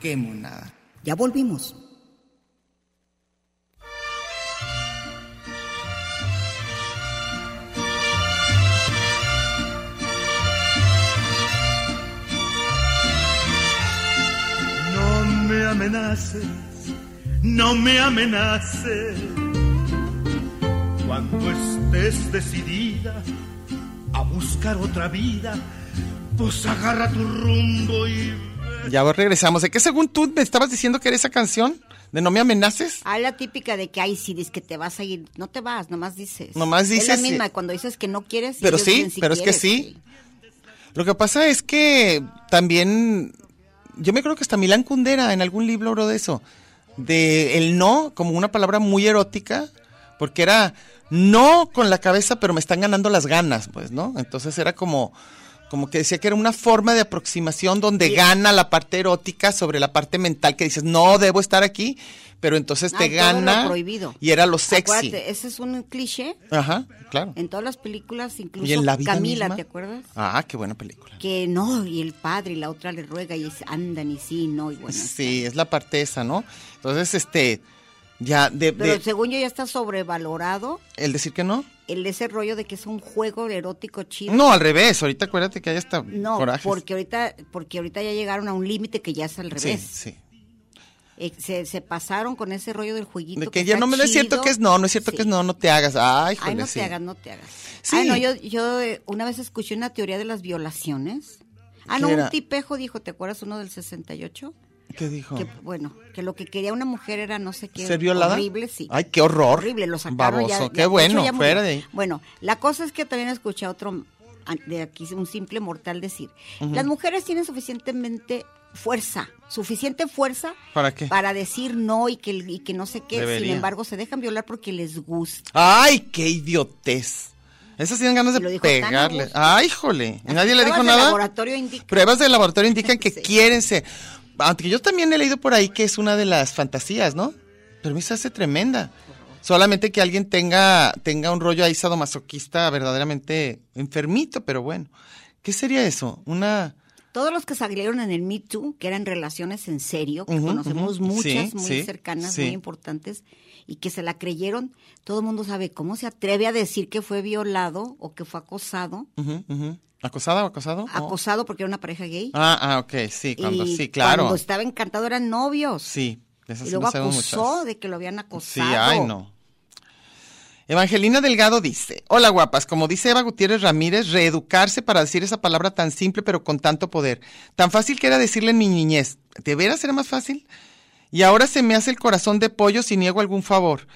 S8: Qué monada.
S2: Ya volvimos.
S9: No me amenaces, no me amenaces. Cuando estés decidida a buscar otra vida, pues agarra tu rumbo y...
S4: Ya regresamos. ¿De qué según tú me estabas diciendo que era esa canción? ¿De No me amenaces?
S5: Ah, la típica de que, ay, si dices que te vas a ir, no te vas, nomás dices.
S4: Nomás
S5: Es
S4: dices,
S5: la
S4: sí.
S5: misma, cuando dices que no quieres.
S4: Pero
S5: ellos
S4: sí,
S5: dicen, "Si
S4: pero es que
S5: quieres".
S4: sí. Lo que pasa es que también, yo me creo que hasta Milán Kundera en algún libro habló de eso, de el no como una palabra muy erótica, porque era no con la cabeza, pero me están ganando las ganas, pues, ¿no? Entonces era como, como que decía que era una forma de aproximación donde gana la parte erótica sobre la parte mental que dices, no debo estar aquí, pero entonces te
S5: Ay, Ah, todo lo
S4: gana
S5: prohibido.
S4: y era lo sexy.
S5: Acuérdate, ese es un cliché
S4: Ajá, claro.
S5: en todas las películas, incluso
S4: Y en la vida
S5: Camila,
S4: misma.
S5: ¿te acuerdas?
S4: Ah, qué buena película.
S5: Que no, y el padre y la otra le ruega y es- andan y sí, no, y bueno.
S4: Sí, es la parte esa, ¿no? Entonces, este, ya, de,
S5: Pero
S4: de-
S5: según yo ya está sobrevalorado
S4: el decir que no.
S5: el ese rollo de que es un juego erótico chido.
S4: No, al revés, ahorita acuérdate que hay hasta
S5: No,
S4: corajes.
S5: porque ahorita porque ahorita ya llegaron a un límite que ya es al
S4: Sí,
S5: revés.
S4: sí.
S5: Eh, se, se pasaron con ese rollo del jueguito.
S4: De que ya no me no es cierto que es no, no es cierto que es no, no te hagas. Ay,
S5: Ay,
S4: joder,
S5: no
S4: sí.
S5: te hagas, no te hagas.
S4: Sí.
S5: Ay, no, yo, yo eh, una vez escuché una teoría de las violaciones. Ah,
S4: ¿Qué
S5: no,
S4: era?
S5: un tipejo dijo, ¿te acuerdas uno del 68?
S4: ¿Qué dijo?
S5: Que, bueno, que lo que quería una mujer era no sé qué.
S4: Ah. ¿Ser violada?
S5: Horrible, sí.
S4: Ay, qué horror.
S5: Horrible, lo sacaron. ya-
S4: Baboso,
S5: ya-
S4: qué
S5: de hecho,
S4: bueno,
S5: ya murió.
S4: fuera de ahí.
S5: Bueno, la cosa es que también escuché a otro, a- de aquí, un simple mortal decir, las mujeres tienen suficientemente fuerza, suficiente fuerza
S4: ¿Para qué?
S5: para decir no y que, y que no sé qué. Sin
S4: Debería.
S5: embargo, se dejan violar porque les gusta.
S4: Ay, qué idiotez. Esas tienen ganas
S5: Y lo
S4: de
S5: dijo tan a
S4: pegarle.
S5: gusto.
S4: Ay, híjole. ¿Y
S5: Las
S4: nadie le
S5: pruebas
S4: dijo
S5: de
S4: nada?
S5: laboratorio indican-
S4: Pruebas del laboratorio indican
S5: *laughs*
S4: que
S5: Sí.
S4: quieren ser. Aunque yo también he leído por ahí que es una de las fantasías, ¿no? Pero a mí se hace tremenda. Solamente que alguien tenga, tenga un rollo ahí sadomasoquista verdaderamente enfermito, pero bueno. ¿Qué sería eso? Una...
S5: Todos los que salieron en el Me Too, que eran relaciones en serio, que
S4: Ujú,
S5: conocemos
S4: ujú.
S5: muchas,
S4: Sí,
S5: muy
S4: sí,
S5: cercanas,
S4: sí.
S5: muy importantes, y que se la creyeron, todo el mundo sabe cómo se atreve a decir que fue violado o que fue acosado,
S4: ujú, ujú. ¿Acosada o acosado? No.
S5: acosado porque era una pareja gay.
S4: Ah, ah, ok, sí, cuando,
S5: y
S4: sí, claro.
S5: Cuando estaba encantado eran novios.
S4: Sí, de esas
S5: y
S4: sí
S5: luego
S4: no sabemos
S5: acusó
S4: muchas.
S5: de que lo habían
S4: Sí,
S5: acosado.
S4: ay, no. Evangelina Delgado dice, hola guapas, como dice Eva Gutiérrez Ramírez, reeducarse para decir esa palabra tan simple pero con tanto poder. Tan fácil que era decirle en mi niñez, ¿de veras era más fácil? Y ahora se me hace el corazón de pollo si niego algún favor.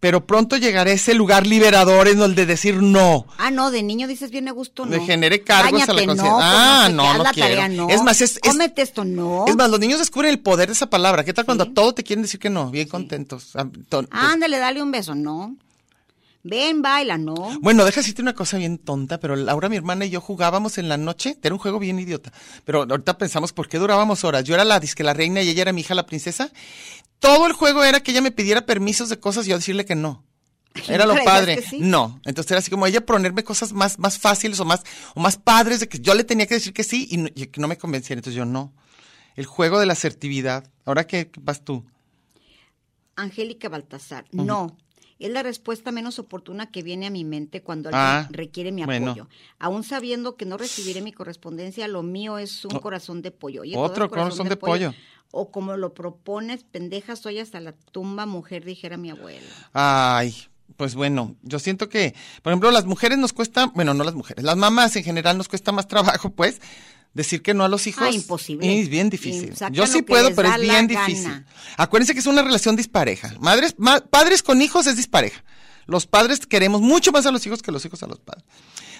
S4: Pero pronto llegaré a ese lugar liberador en el de decir no.
S5: Ah, no, de niño dices bien a gusto, no.
S4: Le generé cargos a la
S5: Báñate,
S4: conciencia.
S5: No, pues,
S4: ah,
S5: no, sé qué,
S4: no,
S5: haz
S4: no,
S5: la
S4: quiero.
S5: tarea, no.
S4: Es más, es, es-
S5: Cómete esto, no.
S4: es más, los niños descubren el poder de esa palabra. ¿Qué tal cuando a todo te quieren decir que no? Bien contentos. Ah, ton-
S5: Ándale, dale un beso, no. Ven, baila, no.
S4: Bueno, deja decirte una cosa bien tonta, pero Laura, mi hermana y yo jugábamos en la noche. Era un juego bien idiota. Pero ahorita pensamos por qué durábamos horas. Yo era la disque la reina y ella era mi hija la princesa. Todo el juego era que ella me pidiera permisos de cosas y yo decirle
S5: *laughs*
S4: que no. Era lo
S5: ¿Creías
S4: padre.
S5: que sí?
S4: No. Entonces era así como ella ponerme cosas más, más fáciles o más, o más padres de que yo le tenía que decir que sí y, no, y que no me convenciera. Entonces yo no. El juego de la asertividad. Ahora que vas tú.
S5: Angélica Baltasar, no. Es la respuesta menos oportuna que viene a mi mente cuando alguien
S4: Ah,
S5: requiere mi
S4: bueno.
S5: apoyo. Aún sabiendo que no recibiré mi correspondencia, lo mío es un corazón de pollo. Oye,
S4: otro
S5: todo es
S4: corazón de pollo.
S5: O como lo propones, pendeja soy hasta la tumba, mujer, dijera mi abuelo.
S4: Ay, pues bueno, yo siento que, por ejemplo, las mujeres nos cuesta, bueno, no las mujeres, las mamás en general nos cuesta más trabajo, *laughs* pues, decir que no a los hijos.
S5: Ah, imposible.
S4: Es bien difícil.
S5: Y sacan
S4: Yo
S5: lo
S4: sí
S5: que
S4: puedo,
S5: les
S4: pero
S5: da
S4: es
S5: la
S4: bien
S5: gana.
S4: difícil. Acuérdense que es una relación dispareja. Madres, ma- padres con hijos es dispareja. Los padres queremos mucho más a los hijos que los hijos a los padres.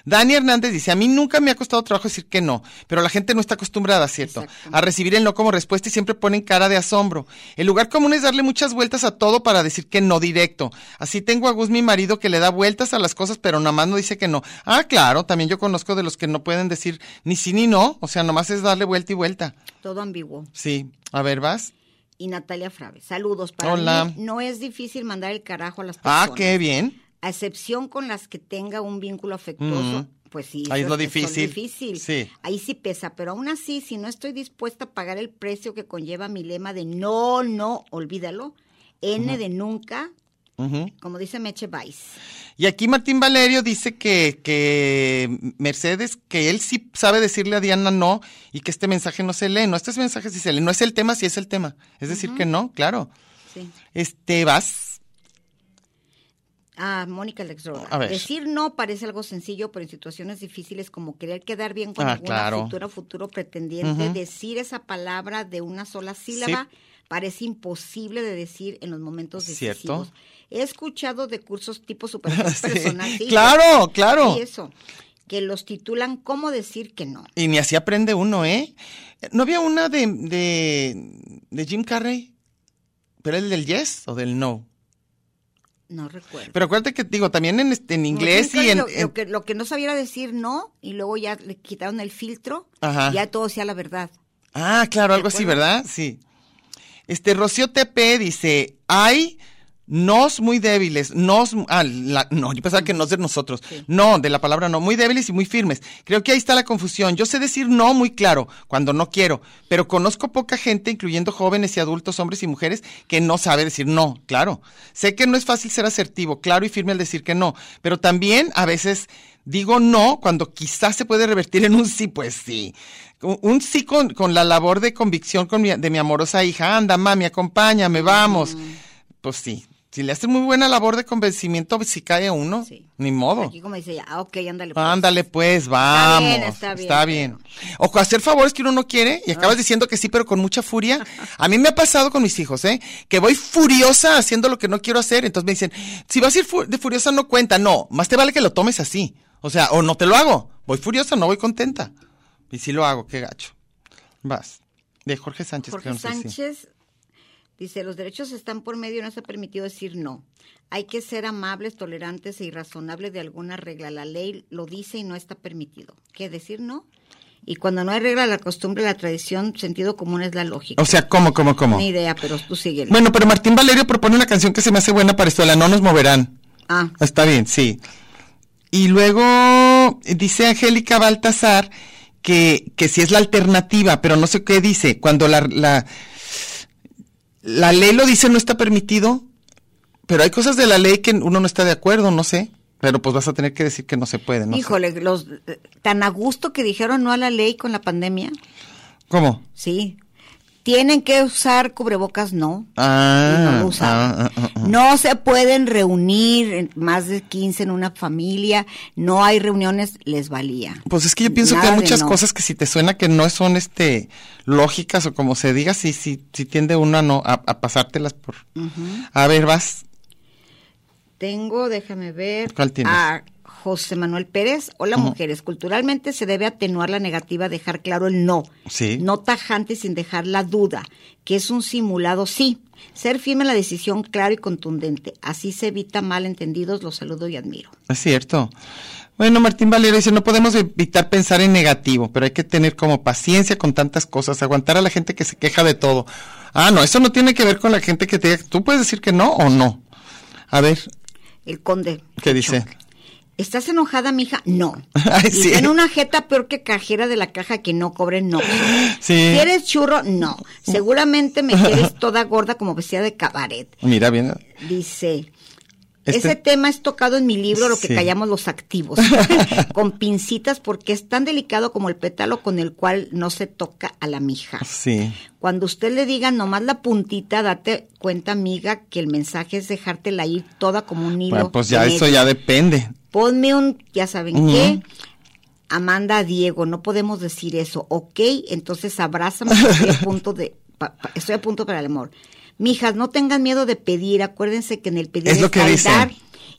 S4: Dani Hernández dice, a mí nunca me ha costado trabajo decir que no, pero la gente no está acostumbrada, ¿cierto?
S5: Exacto.
S4: A recibir el no como respuesta y siempre ponen cara de asombro. El lugar común es darle muchas vueltas a todo para decir que no directo. Así tengo a Gus, mi marido, que le da vueltas a las cosas, pero nada más no dice que no. Ah, claro, también yo conozco de los que no pueden decir ni sí ni no, o sea, nomás es darle vuelta y vuelta.
S5: Todo ambiguo.
S4: Sí, a ver, vas.
S5: Y Natalia Fraves, saludos. Para
S4: Hola.
S5: mí no es difícil mandar el carajo a las personas.
S4: Ah, qué bien.
S5: a excepción con las que tenga un vínculo afectuoso,
S4: Ujú.
S5: pues sí.
S4: Ahí es lo
S5: esas que son
S4: difícil.
S5: difícil.
S4: Sí.
S5: Ahí sí pesa, pero aún así, si no estoy dispuesta a pagar el precio que conlleva mi lema de no, no, olvídalo, N de nunca,
S4: Ujú.
S5: como dice Meche Weiss.
S4: Y aquí Martín Valerio dice que, que Mercedes, que él sí sabe decirle a Diana no y que este mensaje no se lee. No, este mensaje sí se lee. No es el tema, sí es el tema. Es decir, que no, claro.
S5: Sí.
S4: Este, vas.
S5: Ah, Mónica Lexroda.
S4: A ver.
S5: Decir no parece algo sencillo, pero en situaciones difíciles como querer quedar bien con
S4: Ah,
S5: alguna
S4: claro.
S5: futura o futuro pretendiente,
S4: Ujú.
S5: decir esa palabra de una sola sílaba parece imposible de decir en los momentos
S4: Cierto.
S5: decisivos.
S4: *laughs*
S5: He escuchado de cursos tipo superación
S4: Sí.
S5: personal. sí,
S4: este, Claro,
S5: sí,
S4: claro.
S5: eso. que los titulan ¿Cómo decir que no?
S4: Y ni así aprende uno, ¿eh? ¿No había una de, de, de Jim Carrey? ¿Pero el del yes o del no?
S5: No recuerdo.
S4: Pero acuérdate que digo, también en, este, en inglés
S5: Nunca
S4: y en...
S5: lo, lo
S4: en-
S5: que, lo que no sabía era decir no y luego ya le quitaron el filtro
S4: Ajá.
S5: y ya todo sea la verdad.
S4: Ah, claro, algo así, ¿verdad? Sí. Este, Rocío TP dice, hay nos muy débiles, nos, ah, la- no, yo pensaba que nos de nosotros, no, de la palabra no, muy débiles y muy firmes. Creo que ahí está la confusión. Yo sé decir no muy claro cuando no quiero, pero conozco poca gente, incluyendo jóvenes y adultos, hombres y mujeres, que no sabe decir no, claro. Sé que no es fácil ser asertivo, claro y firme al decir que no, pero también a veces digo no cuando quizás se puede revertir en un sí, pues sí. Un, un sí con, con la labor de convicción con mi- de mi amorosa hija. Anda, mami, acompáñame, vamos.
S5: Mm.
S4: Pues sí. Si le haces muy buena labor de convencimiento, si cae uno,
S5: Sí.
S4: ni modo.
S5: Aquí como dice ya, ah, ok, ándale. pues.
S4: Ándale, pues,
S5: Está
S4: vamos.
S5: bien,
S4: Está
S5: está
S4: bien.
S5: bien.
S4: O con hacer favores que uno no quiere y acabas diciendo que sí, pero con
S5: *laughs*
S4: mucha furia. A mí me ha pasado con mis hijos, ¿eh? Que voy furiosa haciendo lo que no quiero hacer. Entonces me dicen, si vas a ir fu- de furiosa, no cuenta. No, más te vale que lo tomes así. O sea, o no te lo hago. Voy furiosa, no voy contenta. Y sí lo hago, qué gacho. Vas. De Jorge Sánchez,
S5: Jorge
S4: creo, no sé si-
S5: Sánchez dice, los derechos están por medio, no está permitido decir no. Hay que ser amables, tolerantes e irrazonables de alguna regla. La ley lo dice y no está permitido. ¿Qué decir no? Y cuando no hay regla, la costumbre, la tradición, sentido común es la lógica.
S4: O sea, ¿cómo, cómo, cómo?
S5: Ni idea, pero tú sigue.
S4: Bueno, pero Martín Valerio propone una canción que se me hace buena para esto, la No nos moverán.
S5: ah,
S4: Está bien, sí. Y luego eh, dice Angélica Baltasar que, que sí es la alternativa, pero no sé qué dice. Cuando la, la, la ley lo dice no está permitido, pero hay cosas de la ley que uno no está de acuerdo, no sé. Pero pues vas a tener que decir que no se puede, ¿no? sé.
S5: híjole, los, eh, tan a gusto que dijeron no a la ley con la pandemia.
S4: ¿Cómo?
S5: Sí. Tienen que usar cubrebocas, no.
S4: Ah,
S5: y no lo usaban.
S4: ah, ah, ah, ah.
S5: No se pueden reunir en- más de 15 en una familia, no hay reuniones, les valía.
S4: Pues es que yo pienso que
S5: Nada
S4: hay
S5: de
S4: muchas
S5: no.
S4: cosas que si te suena que no son este lógicas o como se diga, sí, sí, sí tiende uno a no, a, a pasártelas por. A ver, vas.
S5: Tengo, déjame ver,
S4: ¿Cuál tienes?
S5: a José Manuel Pérez. Hola
S4: Ujú.
S5: mujeres, culturalmente se debe atenuar la negativa, dejar claro el no.
S4: Sí.
S5: No tajante y sin dejar la duda, que es un simulado sí. Ser firme en la decisión, claro y contundente. Así se evita malentendidos, los saludo y admiro.
S4: Es cierto. Bueno, Martín Valero dice, no podemos evitar pensar en negativo, pero hay que tener como paciencia con tantas cosas, aguantar a la gente que se queja de todo. Ah, no, eso no tiene que ver con la gente que te diga, tú puedes decir que no o no. A ver,
S5: El conde.
S4: ¿qué dice?
S5: ¿Estás enojada, mija? No.
S4: *laughs* Ay,
S5: y
S4: sí.
S5: tiene una jeta peor que cajera de la caja que no cobre, no.
S4: *gasps* Sí.
S5: ¿Quieres churro? No. Seguramente me quieres toda gorda como vestida de cabaret.
S4: Mira bien.
S5: Dice,
S4: Este-
S5: ese tema es tocado en mi libro Lo que
S4: Sí.
S5: callamos los
S4: *laughs*
S5: activos, con pincitas porque es tan delicado como el pétalo con el cual no se toca a la mija.
S4: Sí.
S5: Cuando usted le diga nomás la puntita, date cuenta, amiga, que el mensaje es dejártela ir toda como un hilo.
S4: Bueno, pues ya
S5: de
S4: eso
S5: medio.
S4: ya depende.
S5: Ponme un, ya saben
S4: Ujú.
S5: qué. Amanda Diego, no podemos decir eso, ¿ok? Entonces abrázame, estoy
S4: *laughs*
S5: a punto de, pa- pa- estoy a punto para el amor. Mijas, no tengan miedo de pedir, acuérdense que en el pedir
S4: Es lo que
S5: está el
S4: dicen.
S5: dar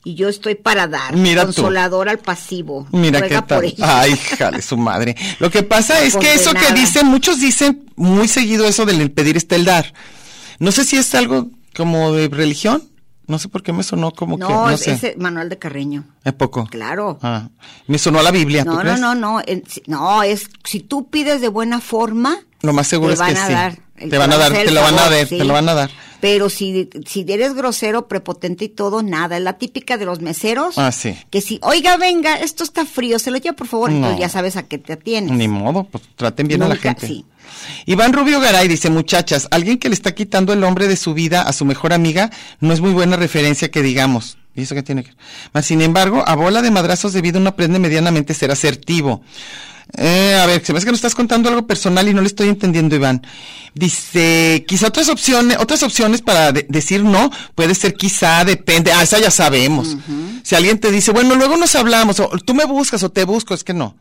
S5: y yo estoy para dar.
S4: Mira tú.
S5: Consolador al pasivo.
S4: Mira
S5: Ruega
S4: qué
S5: por
S4: tal.
S5: ella.
S4: Ay, jale, su madre. Lo que pasa es que eso que
S5: Condenada.
S4: dicen, muchos dicen muy seguido eso del pedir está el dar. No sé si es algo como de religión. No sé por qué me sonó como
S5: no,
S4: que. No
S5: es
S4: sé.
S5: ese Manuel de Carreño.
S4: ¿A poco?
S5: Claro.
S4: Ah, me sonó a la Biblia. ¿tú
S5: no, no,
S4: crees?
S5: no, no, en- si- no, es si tú pides de buena forma,
S4: Lo más seguro
S5: te
S4: es
S5: van
S4: que
S5: a
S4: sí.
S5: dar,
S4: Te van a dar,
S5: hacer
S4: te
S5: el
S4: lo van a
S5: favor,
S4: dar, te
S5: sí.
S4: lo van a dar.
S5: Pero si, si eres grosero, prepotente y todo, nada. Es la típica de los meseros.
S4: Ah, sí.
S5: Que si, oiga, venga, esto está frío, se lo lleva por favor.
S4: No.
S5: Entonces ya sabes a qué te atienes. Ah,
S4: Ni modo, pues traten bien a la
S5: Nunca,
S4: gente.
S5: sí.
S4: Iván Rubio Garay dice, muchachas, alguien que le está quitando el hombre de su vida a su mejor amiga no es muy buena referencia que digamos. ¿Y eso qué tiene que ver? Mas, sin embargo, a bola de madrazos de vida uno aprende medianamente a ser asertivo. Eh, a ver, se me hace que nos estás contando algo personal y no le estoy entendiendo, Iván. Dice, quizá otras opciones, otras opciones para de- decir no, puede ser quizá, depende, ah, esa ya sabemos. Si alguien te dice, bueno, luego nos hablamos, o tú me buscas o te busco, es que no.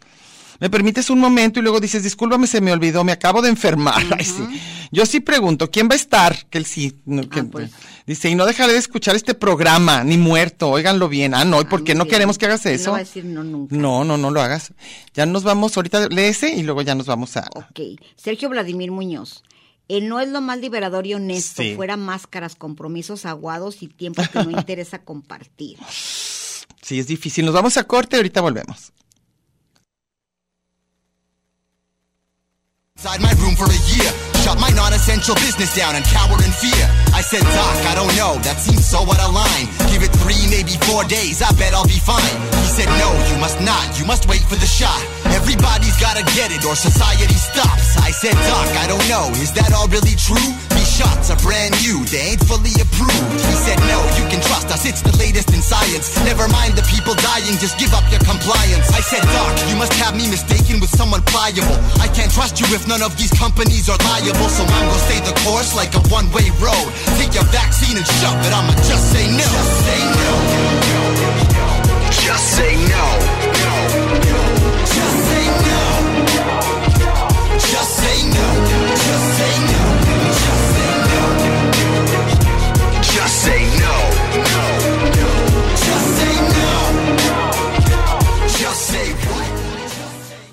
S4: me permites un momento y luego dices, discúlpame, se me olvidó, me acabo de enfermar. *laughs* Ay, sí. Yo sí pregunto, ¿quién va a estar? Que él sí. no, que-
S5: pues.
S4: Dice, y no dejaré de escuchar este programa, ni muerto, óiganlo bien. Ah, no, ¿y por
S5: Ah,
S4: qué
S5: muy
S4: no
S5: bien.
S4: queremos que hagas
S5: Él no
S4: eso?
S5: va a decir no nunca.
S4: No, no, no lo hagas. Ya nos vamos, ahorita lee ese y luego ya nos vamos a...
S5: Ok. Sergio Vladimir Muñoz. El no es lo más liberador y honesto.
S4: Sí.
S5: Fuera máscaras, compromisos aguados y tiempo
S4: *laughs*
S5: que no interesa compartir.
S4: Sí, es difícil. Nos vamos a corte, ahorita volvemos.
S10: Inside my room for a year. Shut my non-essential business down and cower in fear. I said, Doc, I don't know, that seems so out of line. Give it three, maybe four days, I bet I'll be fine. He said, no, you must not, you must wait for the shot. Everybody's gotta get it or society stops. I said, Doc, I don't know, is that all really true? These shots are brand new, they ain't fully approved. He said, no, you can trust us, it's the latest in science. Never mind the people dying, just give up your compliance. I said, Doc, you must have me mistaken with someone pliable. I can't trust you if none of these companies are liable, so I'm gonna stay the course like a one-way road. Take your vaccine and shove it, I'ma just say no. Just say no. Just say no. Just say no. Just say no. Just say no. Just say no. Just say no. No. Just say no. Just say what?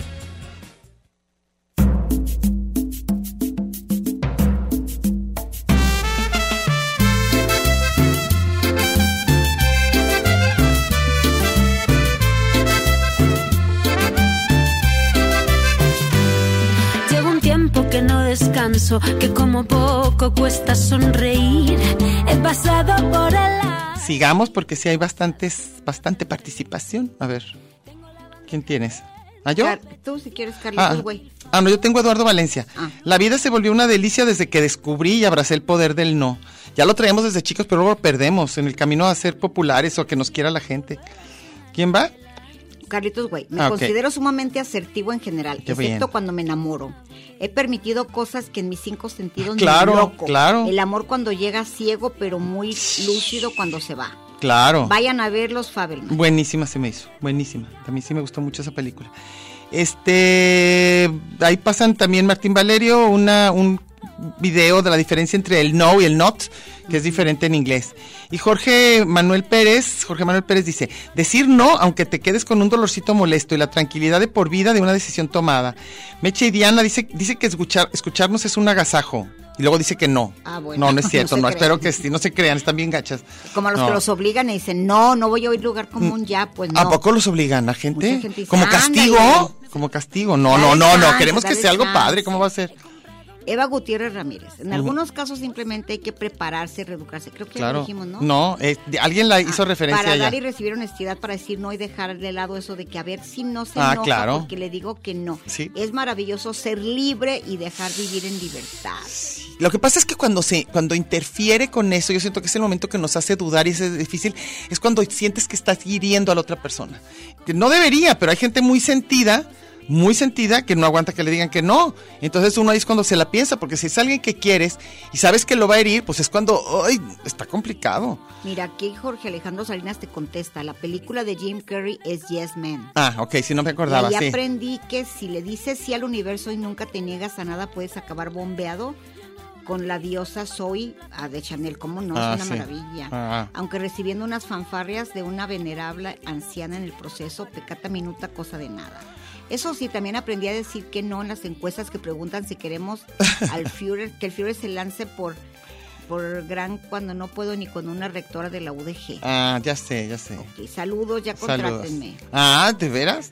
S7: Llevo un tiempo que no descanso, que como poco cuesta sonreír. He pasado por el
S4: Sigamos porque sí hay bastantes, bastante participación. A ver, ¿quién tienes? ¿Ah, yo?
S5: Car- Tú, si quieres,
S4: Ah,
S5: Carlitos, güey.
S4: ah, no, yo tengo a Eduardo Valencia.
S5: Ah.
S4: La vida se volvió una delicia desde que descubrí y abracé el poder del no. Ya lo traemos desde chicos, pero luego lo perdemos en el camino a ser populares o a que nos quiera la gente. ¿Quién va?
S5: Carlitos, güey, me
S4: Ah, ok.
S5: considero sumamente asertivo en general,
S4: Qué
S5: excepto
S4: bien.
S5: cuando me enamoro. He permitido cosas que en mis cinco sentidos ni
S4: Claro,
S5: loco.
S4: claro.
S5: El amor cuando llega ciego, pero muy lúcido cuando se va.
S4: Claro.
S5: Vayan a ver los Fabelman.
S4: Buenísima se me hizo, buenísima. También sí me gustó mucho esa película. Este, ahí pasan también Martín Valerio una un video de la diferencia entre el no y el not, que es diferente en inglés. Y Jorge Manuel Pérez, Jorge Manuel Pérez dice, decir no aunque te quedes con un dolorcito molesto y la tranquilidad de por vida de una decisión tomada. Meche y Diana dice, dice que escuchar, escucharnos es un agasajo. Y luego dice que no.
S5: Ah, bueno.
S4: No, no
S5: *laughs*
S4: es
S5: No
S4: cierto,
S5: se
S4: no,
S5: crean.
S4: espero que sí, no se crean, están bien gachas.
S5: Como a los que
S4: No. Mm,
S5: los obligan y dicen, no, no voy a oír lugar común ya, pues no.
S4: ¿A poco los obligan a gente?
S5: Mucha gente dice,
S4: ¿Como
S5: "Ándale".
S4: castigo? Como castigo. No, no,
S5: Dale
S4: no, no.
S5: chance,
S4: Queremos que
S5: dale
S4: sea algo
S5: chance.
S4: padre. ¿Cómo va a ser?
S5: Eva Gutiérrez Ramírez. En algunos casos simplemente hay que prepararse, reeducarse. Creo que ya lo
S4: Claro.
S5: dijimos, ¿no?
S4: No, eh, de- alguien la hizo
S5: Ah,
S4: referencia
S5: Para
S4: allá.
S5: dar y recibir honestidad, para decir no y dejar de lado eso de que a ver si no se
S4: Ah,
S5: enoja
S4: claro.
S5: porque le digo que no.
S4: Sí.
S5: Es maravilloso ser libre y dejar vivir en libertad.
S4: Lo que pasa es que cuando se, cuando interfiere con eso, yo siento que es el momento que nos hace dudar y es difícil, es cuando sientes que estás hiriendo a la otra persona. Que no debería, pero hay gente muy sentida, muy sentida, que no aguanta que le digan que no. Entonces uno ahí es cuando se la piensa, porque si es alguien que quieres y sabes que lo va a herir, pues es cuando, ay, está complicado.
S5: Mira, aquí Jorge Alejandro Salinas te contesta. La película de Jim Carrey es Yes Man.
S4: Ah, ok, si no me
S5: Y
S4: acordaba,
S5: ahí
S4: sí.
S5: aprendí que si le dices sí al universo y nunca te niegas a nada, puedes acabar bombeado con la diosa Soy ah, de Chanel. ¿Cómo no?
S4: Ah,
S5: es una
S4: sí.
S5: maravilla.
S4: Ah.
S5: Aunque recibiendo unas fanfarrias de una venerable anciana en el proceso, pecata minuta, cosa de nada. Eso sí, también aprendí a decir que no en las encuestas que preguntan si
S4: *laughs*
S5: queremos al Führer, que el Führer se lance por, por gran cuando no puedo ni con una rectora de la UDG.
S4: Ah, ya sé, ya sé.
S5: Ok, saludos, ya
S4: Saludos.
S5: contrátenme.
S4: Ah, ¿de veras?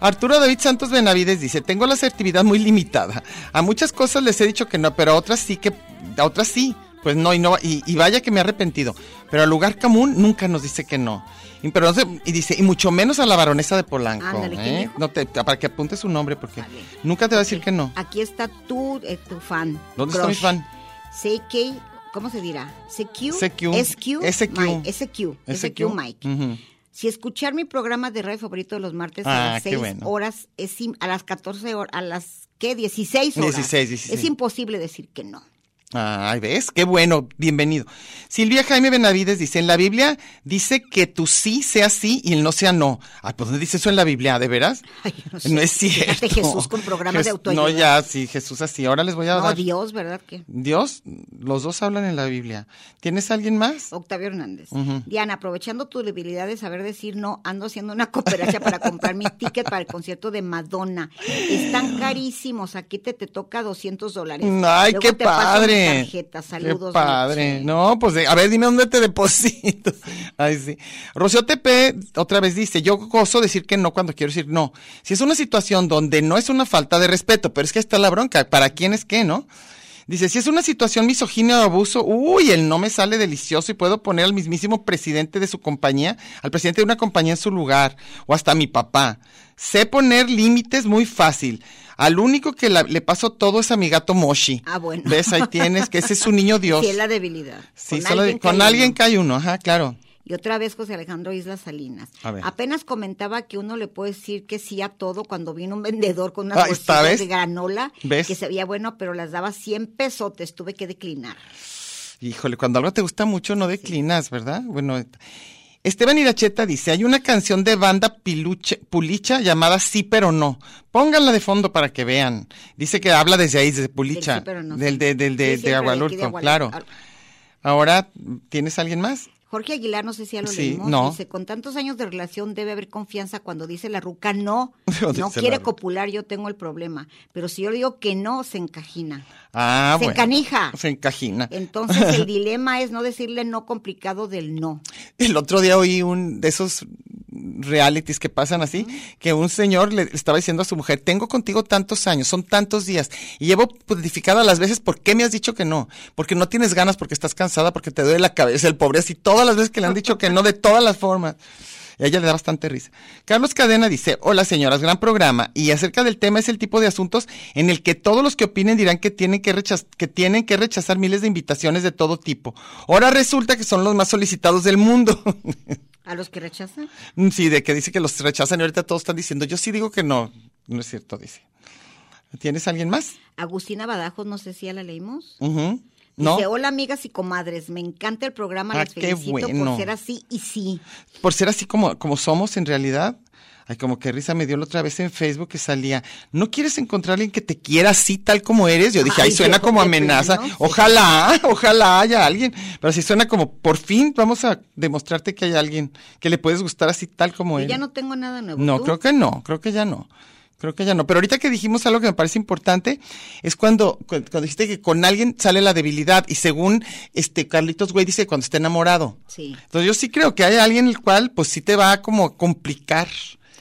S4: Arturo David Santos Benavides dice, tengo la asertividad muy limitada. A muchas cosas les he dicho que no, pero a otras sí que, a otras sí, pues no, y no, y, y vaya que me he arrepentido. Pero al lugar común nunca nos dice que no. Y, pero no se- y dice, y mucho menos a la baronesa de Polanco.
S5: Ándale, ¿quién
S4: ¿eh?
S5: dijo?
S4: No te- para que apunte su nombre, porque nunca te va a decir que no.
S5: Aquí está tu, eh, tu fan.
S4: ¿Dónde está mi
S5: crush.
S4: fan?
S5: CK, ¿cómo se dirá? CQ.
S4: SQ.
S5: SQ.
S4: SQ.
S5: Mike, SQ. SQ Mike.
S4: Ujú.
S5: Si escuchar mi programa de radio favorito de los martes
S4: Ah,
S5: a las
S4: qué
S5: 6
S4: bueno.
S5: horas, es im- a las 14 horas, a las, ¿qué? 16 horas.
S4: 16, 16.
S5: Es imposible decir que no. *laughs*
S4: Ay, ¿ves? Qué bueno, bienvenido. Silvia Jaime Benavides dice, en la Biblia dice que tu sí sea sí y el no sea no. Ah, pues ¿dónde dice eso en la Biblia? ¿De veras?
S5: no
S4: no,
S5: sé.
S4: es cierto.
S5: Fíjate, Jesús con programas de
S4: Jes-
S5: autoayuda.
S4: No, ya, sí, Jesús así. Ahora les voy a
S5: No,
S4: dar.
S5: Dios, ¿verdad que?
S4: Dios, los dos hablan en la Biblia. ¿Tienes alguien más?
S5: Octavio Hernández.
S4: Ujú.
S5: Diana, aprovechando tu debilidad de saber decir no, ando haciendo una cooperacha para comprar mi ticket para el concierto de Madonna. Están carísimos, aquí te, te toca 200 dólares.
S4: Ay,
S5: Luego
S4: qué
S5: te paso mi
S4: padre.
S5: tarjeta. Saludos.
S4: Qué padre.
S5: Noche.
S4: No, pues eh, a ver, dime dónde te deposito. *laughs* Ay, sí. Rocío TP otra vez dice, yo gozo decir que no cuando quiero decir no. Si es una situación donde no es una falta de respeto, pero es que ahí está la bronca, ¿para quién es qué, no? Dice, si es una situación misoginia o abuso, uy, el no me sale delicioso y puedo poner al mismísimo presidente de su compañía, al presidente de una compañía en su lugar, o hasta a mi papá. Sé poner límites muy fácil. Al único que la- le paso todo es a mi gato Moshi.
S5: Ah, bueno.
S4: ¿Ves? Ahí tienes, que ese es un
S5: *laughs*
S4: niño Dios.
S5: Sí, es la debilidad.
S4: Sí, solo de-
S5: que
S4: con
S5: hay
S4: alguien
S5: uno.
S4: cae uno, ajá, claro.
S5: Y otra vez José Alejandro Islas Salinas.
S4: A ver.
S5: Apenas comentaba que uno le puede decir que sí a todo cuando vino un vendedor con unas
S4: Ahí está,
S5: bolsitas
S4: ¿ves?
S5: de granola
S4: ¿Ves?
S5: que se veía bueno, pero las daba 100 pesotes, tuve que declinar.
S4: Híjole, cuando algo te gusta mucho no declinas, ¿verdad? Bueno, Esteban Iracheta dice, hay una canción de banda piluche- pulicha llamada Sí pero no. Pónganla de fondo para que vean. Dice que habla desde ahí, desde pulicha.
S5: Del sí, pero no.
S4: Del de, del
S5: Sí,
S4: de- de
S5: siempre de aquí de
S4: Agualulco,
S5: Agualulco.
S4: claro. Ahora, ¿tienes alguien más?
S5: Jorge Aguilar, no sé si ya lo
S4: Sí,
S5: leímos,
S4: no.
S5: dice, con tantos años de relación debe haber confianza cuando dice la ruca
S4: *laughs*
S5: no,
S4: Cuando
S5: no
S4: dice
S5: quiere
S4: la ruca.
S5: copular, yo tengo el problema. Pero si yo le digo que no, se encajina.
S4: Ah,
S5: Se
S4: bueno.
S5: encanija.
S4: Se encajina.
S5: Entonces
S4: *laughs*
S5: el dilema es no decirle no complicado del no.
S4: El otro día oí un de esos realities que pasan así, que un señor le estaba diciendo a su mujer, tengo contigo tantos años, son tantos días, y llevo purificada las veces, ¿por qué me has dicho que no? Porque no tienes ganas, porque estás cansada, porque te duele la cabeza, el pobre así, todas las veces que le han dicho que no, de todas las formas. Y a ella le da bastante risa. Carlos Cadena dice, hola señoras, gran programa. Y acerca del tema es el tipo de asuntos en el que todos los que opinen dirán que tienen que, rechaz- que tienen que rechazar miles de invitaciones de todo tipo. Ahora resulta que son los más solicitados del mundo. *laughs*
S5: A los que rechazan.
S4: sí, de que dice que los rechazan y ahorita todos están diciendo, yo sí digo que no. No es cierto, dice. ¿Tienes alguien más?
S5: Agustina Badajoz, no sé si ya la leímos.
S4: Ujú. No,
S5: Dice, hola amigas y comadres, me encanta el programa,
S4: Ah,
S5: las
S4: qué
S5: felicito por
S4: bueno.
S5: ser así y sí.
S4: por ser así como, como somos en realidad. Ay, como que risa me dio la otra vez en Facebook que salía. ¿No quieres encontrar a alguien que te quiera así tal como eres? Yo dije,
S5: Ay,
S4: ay, suena
S5: viejo
S4: como
S5: de
S4: amenaza.
S5: plano, sí.
S4: Ojalá, *laughs* ojalá haya alguien. Pero si suena como, por fin vamos a demostrarte que hay alguien que le puedes gustar así tal como
S5: Yo
S4: eres.
S5: ya no tengo nada nuevo.
S4: No,
S5: ¿tú?
S4: creo que no, creo que ya no. Creo que ya no. Pero ahorita que dijimos algo que me parece importante, es cuando, cu- cuando dijiste que con alguien sale la debilidad. Y según este Carlitos Güey dice cuando está enamorado.
S5: Sí.
S4: Entonces yo sí creo que hay alguien el cual pues sí te va a como complicar.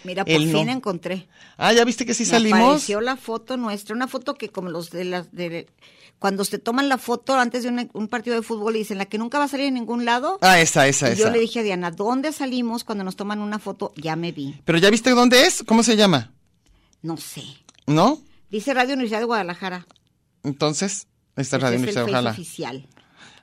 S5: Mira, por
S4: el
S5: fin
S4: no.
S5: encontré.
S4: Ah, ya viste que sí
S5: Me
S4: salimos.
S5: apareció la foto nuestra, una foto que como los de las de cuando se toman la foto antes de una- un partido de fútbol y dicen la que nunca va a salir en ningún lado.
S4: Ah, esa, esa,
S5: y yo
S4: esa.
S5: le dije a Diana, ¿dónde salimos cuando nos toman una foto? Ya me vi.
S4: Pero ya viste dónde es, ¿cómo se llama?
S5: No sé.
S4: ¿No?
S5: Dice Radio Universidad de Guadalajara.
S4: Entonces,
S5: Ese
S4: esta
S5: es
S4: radio
S5: el
S4: Universidad,
S5: Face
S4: ojalá.
S5: oficial.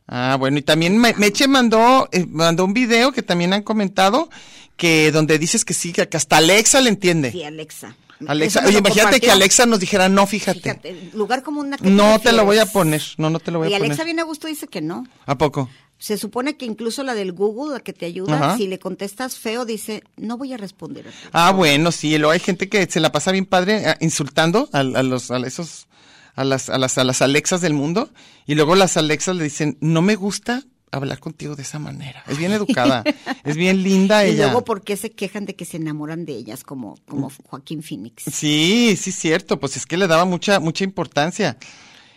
S4: Ah, bueno, y también Me- Meche mandó, eh, mandó un video que también han comentado, que donde dices que sí, que que hasta Alexa le entiende.
S5: Sí, Alexa.
S4: Alexa,
S5: Eso me
S4: oye,
S5: lo
S4: imagínate que
S5: compartió.
S4: Alexa nos dijera, no, fíjate.
S5: Fíjate, lugar como una que
S4: No te
S5: prefieres.
S4: lo voy a poner, no, no te lo voy
S5: Y
S4: a
S5: Alexa
S4: poner.
S5: bien a gusto dice que no.
S4: ¿A poco?
S5: Se supone que incluso la del Google, la que te ayuda,
S4: Ajá.
S5: si le contestas feo, dice, no voy a responder. a ti".
S4: Ah, bueno, sí, luego hay gente que se la pasa bien padre eh, insultando a, a los, a esos, a las, a las, a las Alexas del mundo, y luego las Alexas le dicen, no me gusta, hablar contigo de esa manera. Es bien
S5: *laughs*
S4: educada, es bien linda
S5: Y
S4: ella.
S5: luego, ¿por qué se quejan de que se enamoran de ellas como, como Joaquín Phoenix?
S4: Sí, sí, cierto, pues es que le daba mucha, mucha importancia.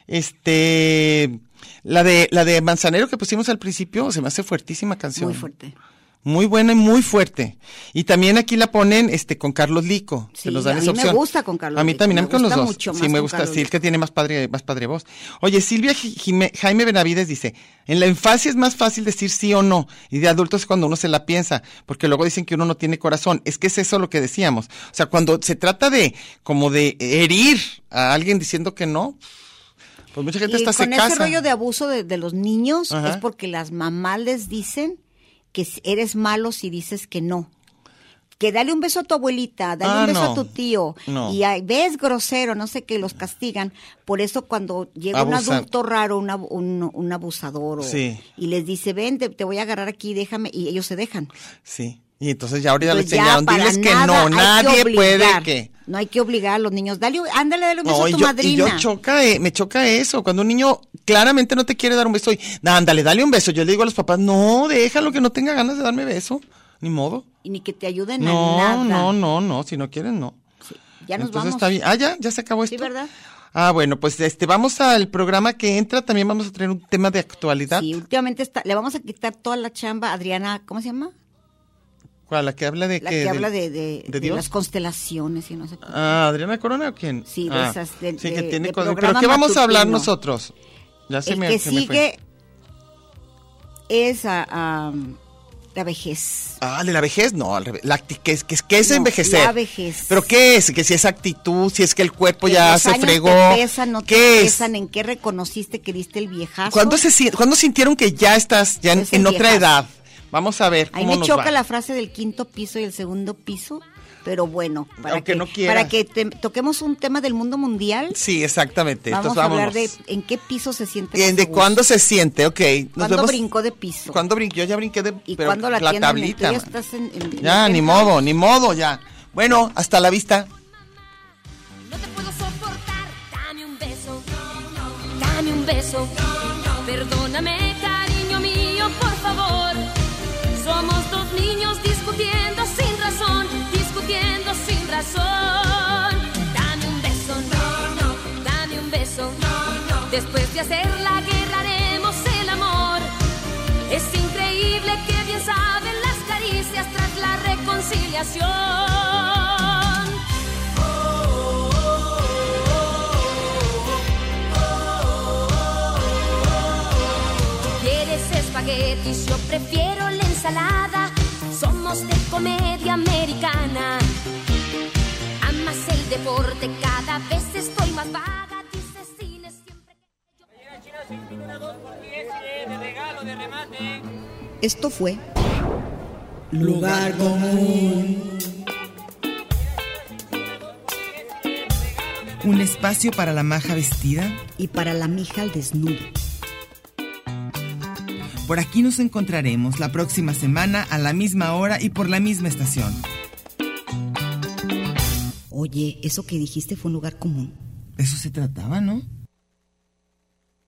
S4: Este, la de, la de Manzanero que pusimos al principio, se me hace fuertísima canción.
S5: Muy fuerte.
S4: Muy buena y muy fuerte. Y también aquí la ponen este con Carlos Lico.
S5: Sí,
S4: se nos dan
S5: a
S4: esa
S5: mí me
S4: opción.
S5: gusta con Carlos
S4: A mí
S5: Lico,
S4: también,
S5: me
S4: a mí con los
S5: gusta
S4: dos.
S5: mucho
S4: sí,
S5: más
S4: me
S5: con
S4: gusta,
S5: Carlos
S4: sí, el que tiene más padre, más padre voz. Oye, Silvia Jime- Jaime Benavides dice, en la infancia es más fácil decir sí o no, y de adultos es cuando uno se la piensa, porque luego dicen que uno no tiene corazón. Es que es eso lo que decíamos. O sea, cuando se trata de, como de herir a alguien diciendo que no, pues mucha gente
S5: Y
S4: está
S5: con
S4: se
S5: ese
S4: casa.
S5: rollo de abuso de, de los niños
S4: Ajá.
S5: es porque las mamás les dicen que s- eres malo si dices que no. Que dale un beso a tu abuelita, dale
S4: Ah,
S5: un beso
S4: no.
S5: a tu tío.
S4: No.
S5: Y ahí ves grosero, no sé qué, los castigan. Por eso cuando llega un
S4: Abusan.
S5: adulto raro, un, abu- un- un abusador, o-
S4: Sí.
S5: y les dice, ven, te, te voy a agarrar aquí, déjame, y ellos se dejan.
S4: Sí. Y entonces ya ahorita
S5: Pues
S4: le
S5: ya,
S4: enseñaron,
S5: para
S4: diles que
S5: nada
S4: no,
S5: hay
S4: nadie puede
S5: obligar.
S4: que.
S5: No hay que obligar a los niños. Dale, ándale, dale un beso
S4: No,
S5: a
S4: y
S5: tu
S4: yo, y
S5: madrina.
S4: yo choca, eh, me choca eso. Cuando un niño claramente no te quiere dar un beso, y, ándale, dale un beso. Yo le digo a los papás, no, déjalo que no tenga ganas de darme beso. Ni modo.
S5: y ni que te ayuden
S4: No,
S5: a nada.
S4: no, no, no. Si no quieren, no.
S5: Ya nos
S4: Entonces
S5: vamos.
S4: está bien. Ah, ya, ya se acabó esto.
S5: Sí, ¿verdad?
S4: Ah, bueno, pues este, vamos al programa que entra. También vamos a tener un tema de actualidad.
S5: Sí, últimamente está, le vamos a quitar toda la chamba a Adriana, ¿cómo se llama?
S4: ¿Cuál? La que habla de
S5: La
S4: qué?
S5: que
S4: ¿Del-
S5: habla de, de,
S4: de
S5: de
S4: Dios?
S5: las constelaciones y no sé qué.
S4: Ah, Adriana Corona o quién?
S5: Sí, de
S4: Ah,
S5: esas, de-
S4: sí,
S5: de-
S4: que tiene
S5: de
S4: cosas. Pero
S5: programa
S4: ¿qué vamos a hablar
S5: matutino.
S4: nosotros? Ya se
S5: El
S4: me,
S5: que
S4: se me fue.
S5: sigue es a, a, la vejez.
S4: Ah, de la vejez, no, al revés. La acti- que, es- que, es- que es
S5: No,
S4: envejecer.
S5: la vejez.
S4: ¿Pero qué es? Que si es actitud, si es que el cuerpo
S5: Que
S4: Pues ya
S5: los
S4: se
S5: años
S4: fregó.
S5: Te pesan, no
S4: ¿Qué
S5: te
S4: es?
S5: pesan, en qué reconociste que diste el viejazo.
S4: ¿Cuándo, se, si- cuándo sintieron que ya estás ya en,
S5: Es el
S4: en otra
S5: viejazo.
S4: edad? Vamos a ver.
S5: Ahí
S4: ¿cómo
S5: me
S4: nos
S5: choca
S4: va.
S5: la frase del quinto piso y el segundo piso, pero bueno, para
S4: Aunque
S5: que,
S4: no quieras.
S5: para que te- toquemos un tema del mundo mundial,
S4: Sí, exactamente.
S5: vamos
S4: Entonces,
S5: a hablar de
S4: vámonos.
S5: en qué piso se siente.
S4: ¿Y
S5: más a
S4: en de
S5: gusto.
S4: cuándo se siente? Ok. Nos
S5: ¿Cuándo
S4: vemos-
S5: brincó de piso?
S4: ¿Cuándo brinqué? Yo ya brinqué de
S5: ¿Y
S4: pero
S5: cuándo la,
S4: la
S5: tienen? Tú
S4: tablita.
S5: ya estás en- en- en
S4: Ya,
S5: el
S4: ni
S5: penthouse.
S4: modo, ni modo, ya. Bueno, hasta la vista.
S7: No te puedo soportar, dame un beso, dame un beso. Perdóname, cariño mío, por favor. Somos dos niños discutiendo sin razón, discutiendo sin razón. Dame un beso, no, no, dame un beso. Después de hacer la guerra haremos el amor. Es increíble que bien saben las caricias tras la reconciliación. Quieres espaguetis, yo prefiero la ensalada. Somos de comedia americana. Amas el deporte, cada vez estoy más vaga. Dices cine siempre.
S2: Esto fue
S8: Lugar común. Un espacio para la maja vestida.
S2: Y para la mija al desnudo.
S8: Por aquí nos encontraremos la próxima semana a la misma hora y por la misma estación.
S2: Oye, eso que dijiste fue un lugar común.
S8: De eso se trataba, ¿no?